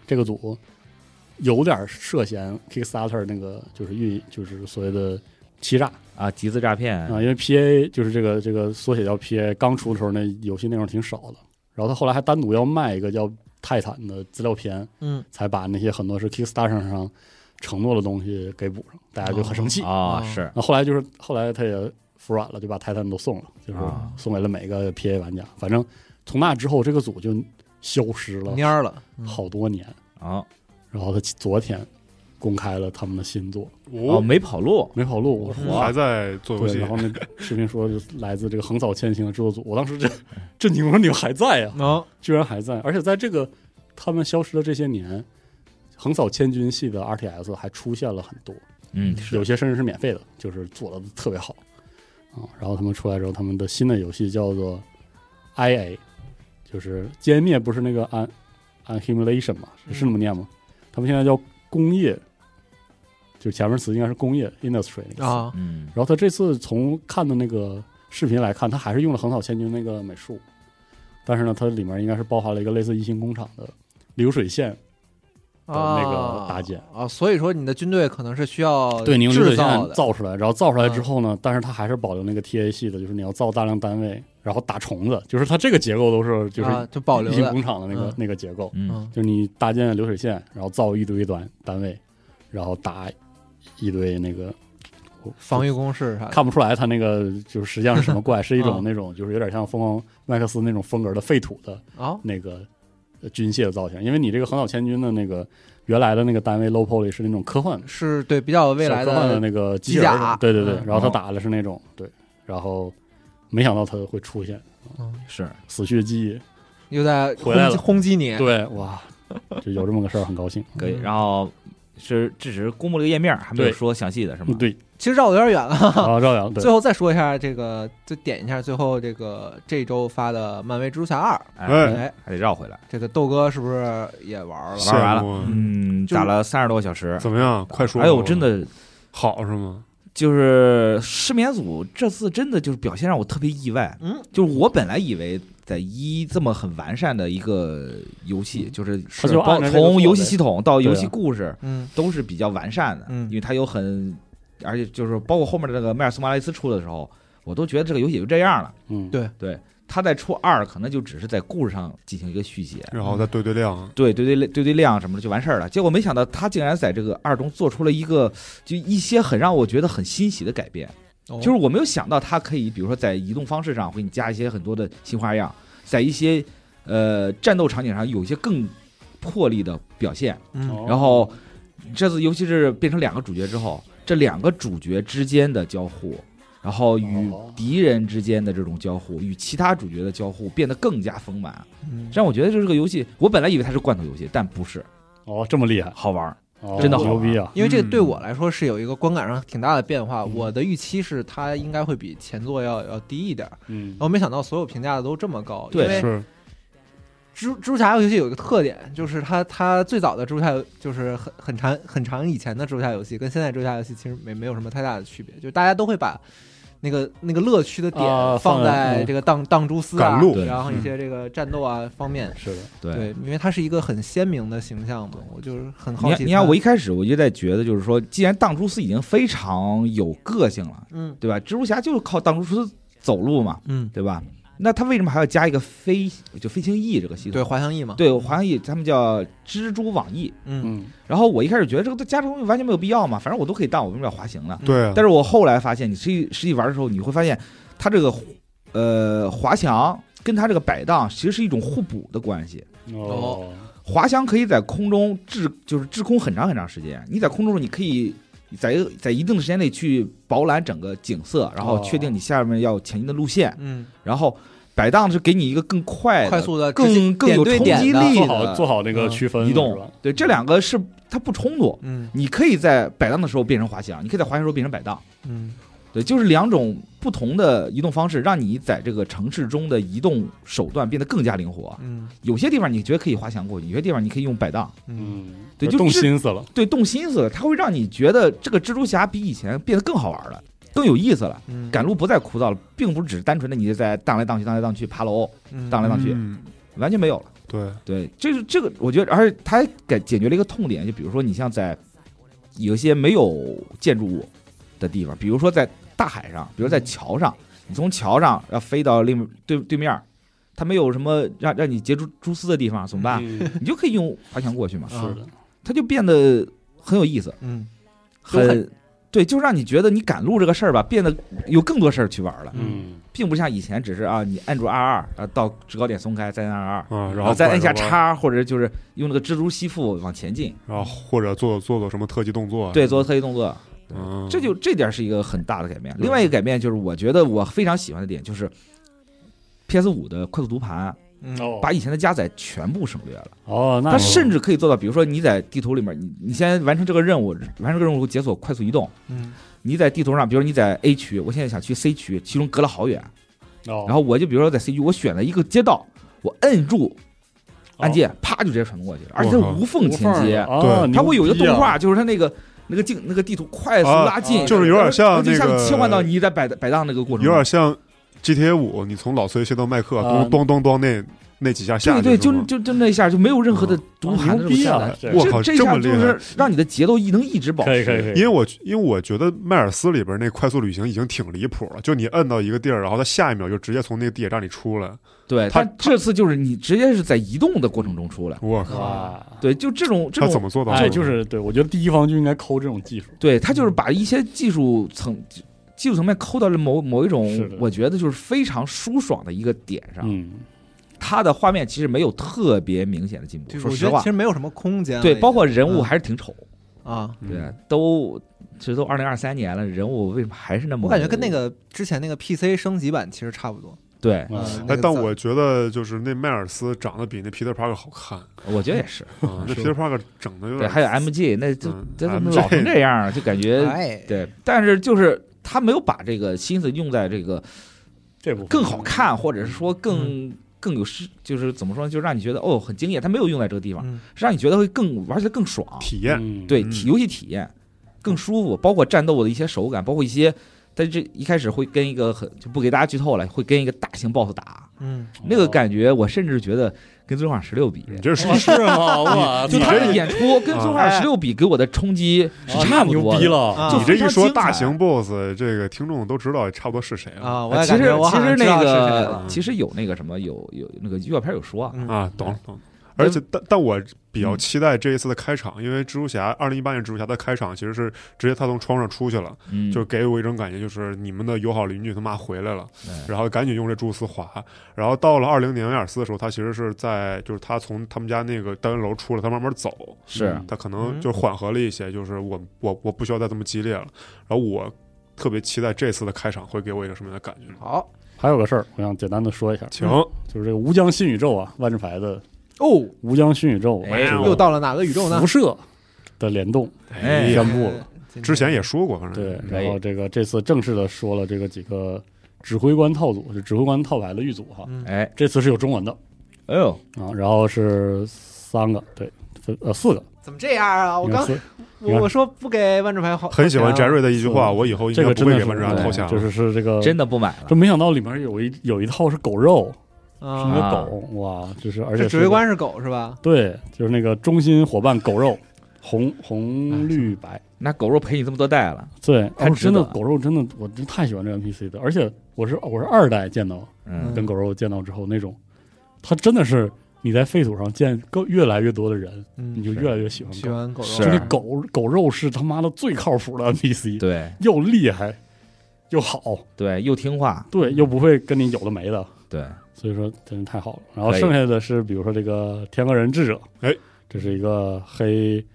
这个组有点涉嫌 Kickstarter 那个就是运就是所谓的欺诈啊，集资诈骗啊，因为 PA 就是这个这个缩写叫 PA，刚出的时候那游戏内容挺少的，然后他后来还单独要卖一个叫泰坦的资料片，嗯，才把那些很多是 Kickstarter 上承诺的东西给补上，大家就很生气。啊啊是那后来就是后来他也服软了，就把泰坦都送了，就是啊送给了每个 PA 玩家。反正从那之后，这个组就消失了蔫儿了，嗯好多年。啊然后他昨天公开了他们的新作《哦哦，没跑路没跑路》，还在做游对，戏然，后那视频说是来自这个横扫千星的制作组，我当时这震惊，我说你们还在啊呀、能居然还在，而且在这个他们消失的这些年，横扫千军系的 RTS 还出现了很多，嗯有些甚至是免费的，就是做的特别好啊、然后他们出来之后，他们的新的游戏叫做 IA，就是歼灭，不是那个 un unhumulation 嘛，是是那么念吗？他们现在叫工业，就前面词应该是工业 industry 那个词啊，嗯然后他这次从看的那个视频来看，他还是用了横扫千军那个美术，但是呢，它里面应该是包含了一个类似一星工厂的流水线，啊那个搭建啊，所以说你的军队可能是需要对，你用流呃水制造线的，嗯造出来，然后造出来之后呢，但是它还是保留那个 TA 系的，就是你要造大量单位，然后打虫子，就是它这个结构都是就是啊，就保留一星的工，厂的那个、嗯那个结构，嗯嗯就是你搭建流水线，然后造一堆单单位，然后打一堆那个防御工事啥的，看不出来他那个就是实际上是什么怪，是一啊种那种就是有点像疯狂麦克斯那种风格的废土的啊，那个呃军械造型，因为你这个横扫千军的那个原来的那个单位 low poly 是那种科幻是对比较未来小科幻的的那个机机器人甲对对对，嗯然后他打的是那种对，然后没想到他会出现嗯是死去记忆，又在回来轰击了轰击你，对哇，就有这么个事儿，很高兴。可以，嗯然后是这只是公布了一个页面，还没有对说详细的是吗嗯？，对，其实绕的有点远了。然后赵阳对最后再说一下这个，就点一下最后这个这周发的《漫威蜘蛛侠二》，哎哎，还得绕回来，这个豆哥是不是也玩了？玩完羡了，慕啊嗯，就是打了三十多个小时，怎么样？快说吧！哎呦，真的好是吗？就是失眠组这次真的就是表现让我特别意外，嗯，就是我本来以为在一这么很完善的一个游戏，就是它嗯它就包按照这个做从呗游戏系统到游戏对啊故事嗯都是比较完善的，嗯因为它有很，而且就是包括后面的那个迈尔斯·摩拉雷斯出的时候，我都觉得这个游戏也就这样了。嗯对他在出二可能就只是在故事上进行一个续写，然后再对对量，对对对对对量什么的就完事儿了。结果没想到他竟然在这个二中做出了一个就一些很让我觉得很欣喜的改变，哦就是我没有想到他可以，比如说在移动方式上会给你加一些很多的新花样，在一些呃战斗场景上有一些更魄力的表现。哦嗯然后这次尤其是变成两个主角之后，这两个主角之间的交互，然后与哦敌人之间的这种交互，与其他主角的交互变得更加丰满，嗯让我觉得这是个游戏。我本来以为它是罐头游戏，但不是，哦这么厉害，好玩儿。哦真的好玩牛逼啊！因为这个对嗯我来说是有一个观感上挺大的变化。我的预期是它应该会比前作要要低一点儿，嗯然，后没想到所有评价的都这么高。对因为是蜘蜘蛛侠游戏有一个特点，就是它它最早的蜘蛛侠就是很很长很长以前的蜘蛛侠游戏，跟现在蜘蛛侠游戏其实没没有什么太大的区别，就是大家都会把那个那个乐趣的啊点放放在在这个荡荡蛛丝赶啊路，对然后一嗯些这个战斗啊方面。是的，对。对，因为它是一个很鲜明的形象嘛，我就是很你好奇看，它。你看，我一开始我就在觉得，就是说，既然荡蛛丝已经非常有个性了，嗯对吧？蜘蛛侠就是靠荡蛛丝走路嘛，嗯，对吧？那他为什么还要加一个飞就飞行翼这个系对统？滑翔翼嘛，对，我好像也他们叫蜘蛛网翼。嗯嗯，然后我一开始觉得这个加这个东西完全没有必要嘛，反正我都可以荡，我为什么要滑行呢？对啊，但是我后来发现，你实际实际玩的时候，你会发现它这个呃滑翔跟它这个摆荡其实是一种互补的关系。哦，滑翔可以在空中滞，就是滞空很长很长时间。你在空中，你可以在一个在一定的时间内去饱览整个景色，然后哦确定你下面要前进的路线，嗯，然后摆荡是给你一个更快的、快速的直接更更有点对冲点击的力做的好做好那个区分嗯移动是吧对，这两个是它不冲突。嗯你可以在摆荡的时候变成滑翔，你可以在滑翔的时候变成摆荡。嗯对，就是两种不同的移动方式，让你在这个城市中的移动手段变得更加灵活。嗯有些地方你觉得可以滑翔过去，有些地方你可以用摆荡。嗯嗯，对就动是心思了，对，动心思了，它会让你觉得这个蜘蛛侠比以前变得更好玩了，更有意思了。嗯，赶路不再枯燥了，并不是只是单纯的你在荡来荡去、荡来荡去、爬楼，嗯荡来荡去，嗯完全没有了。对，啊对，这是这个，我觉得，而且它还解解决了一个痛点，就比如说你像在有一些没有建筑物的地方，比如说在大海上，比如在桥上，你从桥上要飞到另对对面儿，它没有什么让让你截住蛛丝的地方，怎么办？嗯你就可以用滑翔过去嘛，是的，它就变得很有意思，嗯都很很。对，就让你觉得你赶路这个事儿吧，变得有更多事儿去玩了，嗯，并不像以前只是啊，你按住 R 二啊，到制高点松开，再按 R 二，啊，然然后后再拐按个下弯，叉，或者就是用那个蜘蛛吸附往前进，然后或者做做做什么特技动作，对，做特异动作，嗯，这就这点是一个很大的改变。另外一个改变就是，我觉得我非常喜欢的点就是，PS 五的快速读盘嗯哦把以前的加载全部省略了，哦，那它甚至可以做到，比如说你在地图里面，你你先完成这个任务，完成这个任务解锁快速移动，嗯你在地图上，比如你在 A 区，我现在想去 C 区，其中隔了好远，然然后我就比如说在 C 区，我选了一个街道，我摁住哦按键，啪就直接传过去了，而且它我靠无缝无衔缝接儿。啊对它会有一个牛逼啊动哦画，就是它那个那个镜那个地图快速拉近，啊就是有点像它就那像个切换到你在摆摆荡那个过程中，有点像 GTA 五，你从老崔切到麦克，啊咚咚咚咚那那几下下去是对对，就吗就就那一下就没有任何嗯的读盘的牛这种逼下啊来，！这我靠这这下么就厉害是让你的节奏一能一直保持，可以可以可以，因为我因为我觉得迈尔斯里边那快速旅行已经挺离谱了，就你摁到一个地儿，然后他下一秒就直接从那个地铁站里出来，对，它但这次就是你直接是在移动的过程中出来，我靠，哇，对，就这种这啊他怎种，么做到的？这就是对我觉得第一方就应该抠这种技术，对他嗯就是把一些技术层。技术层面抠到了某某一种是的，我觉得就是非常舒爽的一个点上。嗯，它的画面其实没有特别明显的进步，就是说我实觉得话其，实没有什么空间了已经，对，包括人物嗯还是挺丑。啊，嗯对，都这都二零二三年了，人物为什么还是那么？我感觉跟那个之前那个 PC 升级版其实差不多。对，啊嗯那哎，个但造我觉得就是那迈尔斯长得比那皮特·帕克 好看，我觉得也是。啊，那皮特·帕克整的有对，点还有 MG，那就嗯这怎么 MG 老成这样啊，就感觉哎，对。但是就是他没有把这个心思用在这个这部分更好，看，或者是说嗯更更有是，就是怎么说呢，就让你觉得哦很惊艳。他没有用在这个地方，嗯让你觉得会更玩起来更爽，体验，嗯，对，嗯体游戏体验更舒服，包括战斗的一些手感，包括一些。但这一开始会跟一个很就不给大家剧透了，会跟一个大型 BOSS 打，嗯，那个感觉，我甚至觉得跟《最终幻想十六》比，你这是哦是吗？ 我就操他的演出跟《最终幻哎想十六》比，给我的冲击是差不多啊牛的。逼了，啊就你这非常一说精彩大型 BOSS，这个听众都知道差不多是谁了啊，我呃也其感实觉我其好实像知那道是谁个啊了。其实有那个什么有有那个预告片有说啊，嗯啊，懂了懂了。而且，但但我比较期待这一次的开场，因为蜘蛛侠二零一八年蜘蛛侠的开场其实是直接他从窗上出去了，嗯，就给我一种感觉，就是你们的友好邻居他妈回来了哎，然后赶紧用这蛛丝划。然后到了二零年迈尔斯的时候，他其实是在就是他从他们家那个单元楼出来，他慢慢走，是他可能嗯就是缓和了一些，就是我我我不需要再这么激烈了。然后我特别期待这次的开场会给我一个什么样的感觉？好还有个事儿，我想简单的说一下，请就是这个《无疆新宇宙》啊，万智牌的《哦，无疆新宇宙》哎这个哦又到了哪个宇宙呢辐？射的联动哎宣布了。了之前也说过，反正对，嗯可以然后这个这次正式的说了这个几个指挥官套组，就指挥官套牌的预组哈，嗯哎，这次是有中文的哎呦，啊，然后是三个，对，分呃四个，怎么这样啊？我应该刚四你我看我说不给万智牌好，很喜哎欢好钱啊 Jerry 的一句话，我以后应这该个不真会的给是文章对掏钱了。就是是这个真的不买了这，没想到里面有一有一套是狗肉，是啊那啊个狗，哇，就是而且这是指挥官是狗是吧？对，就是那个中心伙伴狗肉，红哎红绿白，那狗肉陪你这么多代了，对，太哦值真得的了狗肉真的，我真太喜欢这 NPC 的，而且我是我是二代见到嗯嗯跟狗肉见到之后那种，他真的是你在废土上见更越来越多的人，你嗯，就越来越喜欢喜狗，欢狗肉，啊是就那狗狗肉是他妈的最靠谱的 NPC，对又厉害又好，对，又听话，对，又不会跟你有的没的，对，所以说真是太好了。然后可以剩下的是，比如说这个天鹅人智者，哎，这是一个黑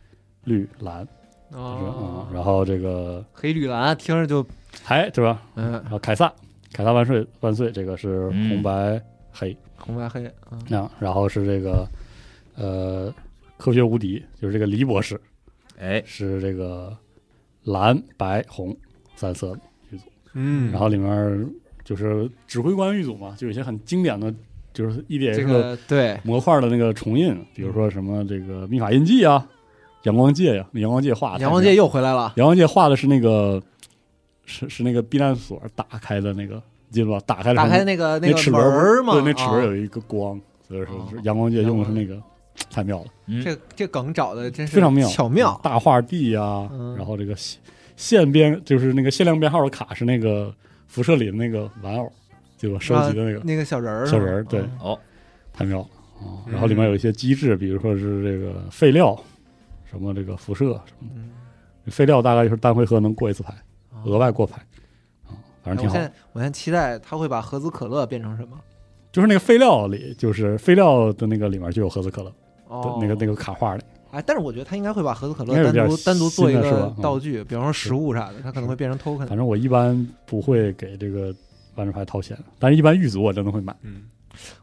绿蓝，就是哦嗯，然后这个黑绿蓝听着就还对吧？嗯然后凯撒，凯撒万岁万岁，这个是嗯红白黑，红白黑啊，那、然后是这个呃科学无敌，就是这个黎博士哎，是这个蓝白红三色的，嗯，然后里面就是指挥官预组嘛，就有一些很经典的。就是 EDH 这的个对模块的那个重印，比如说什么这个密法印记啊，阳光界呀、阳光界画的，阳光界，又回来了，阳光界画的是那个是是那个避难所打开的那个，记得吧？打开了打开那那个那个齿门轮儿嘛，对，那齿轮啊有一个光，所以说哦是阳光界用的是那个，太妙了，嗯，这这梗找的真是非常妙，巧妙大画地呀、嗯然后这个线线编就是那个限量编号的卡是那个辐射里的那个玩偶，记得吧？嗯收集的那个啊嗯那个小人儿是吧，小人儿对啊哦，太妙了啊！然后里面有一些机制，比如说是这个废料，什么这个辐射什么嗯的，废料大概就是单回合能过一次牌，额外过牌啊，反哎正哦我挺现好。在我现在期待他会把合资可乐变成什么？就是那个废料里，就是废料的那个里面就有盒子可乐哦的，那个那个卡画里，哎，但是我觉得他应该会把合资可应该乐有点单独单独做一新的是个吧嗯道具，比方说食物啥的，它可能会变成 token 反。正我一般不会给这个万智牌掏钱，但是一般玉组我真的会买，嗯，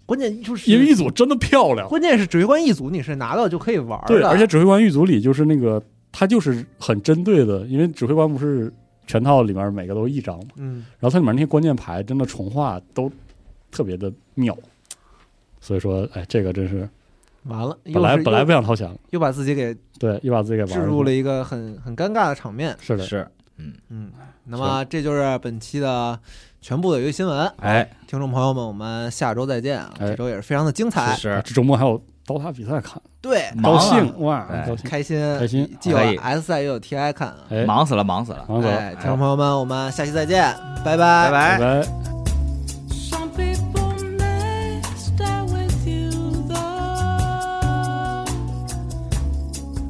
关键就是因为玉组真的漂亮。关键是指挥官一组你是拿到就可以玩儿对，的，而且指挥官玉组里就是那个他就是很针对的，因为指挥官不是全套里面每个都是一张嘛。嗯，然后它里面那些关键牌真的重画都特别的妙，所以说，哎，这个真是完了，又本来是本来又不想掏钱了，又把自己给对，又把自己给玩置儿入了进去一个很很尴尬的场面。是的，是，嗯，那么这就是本期的全部的游戏新闻，哎，听众朋友们，我们下周再见啊！哎这周也是非常的精彩，是这周末还有刀塔比赛看，对，高忙了兴哇，哎高兴，啊开心开心既有可以 S 赛又有 TI 看啊！哎，忙死了，忙死了，忙走了，哎，听众朋友们，我们下期再见，拜拜拜拜拜。拜。 Some people may stay with you though.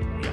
模样。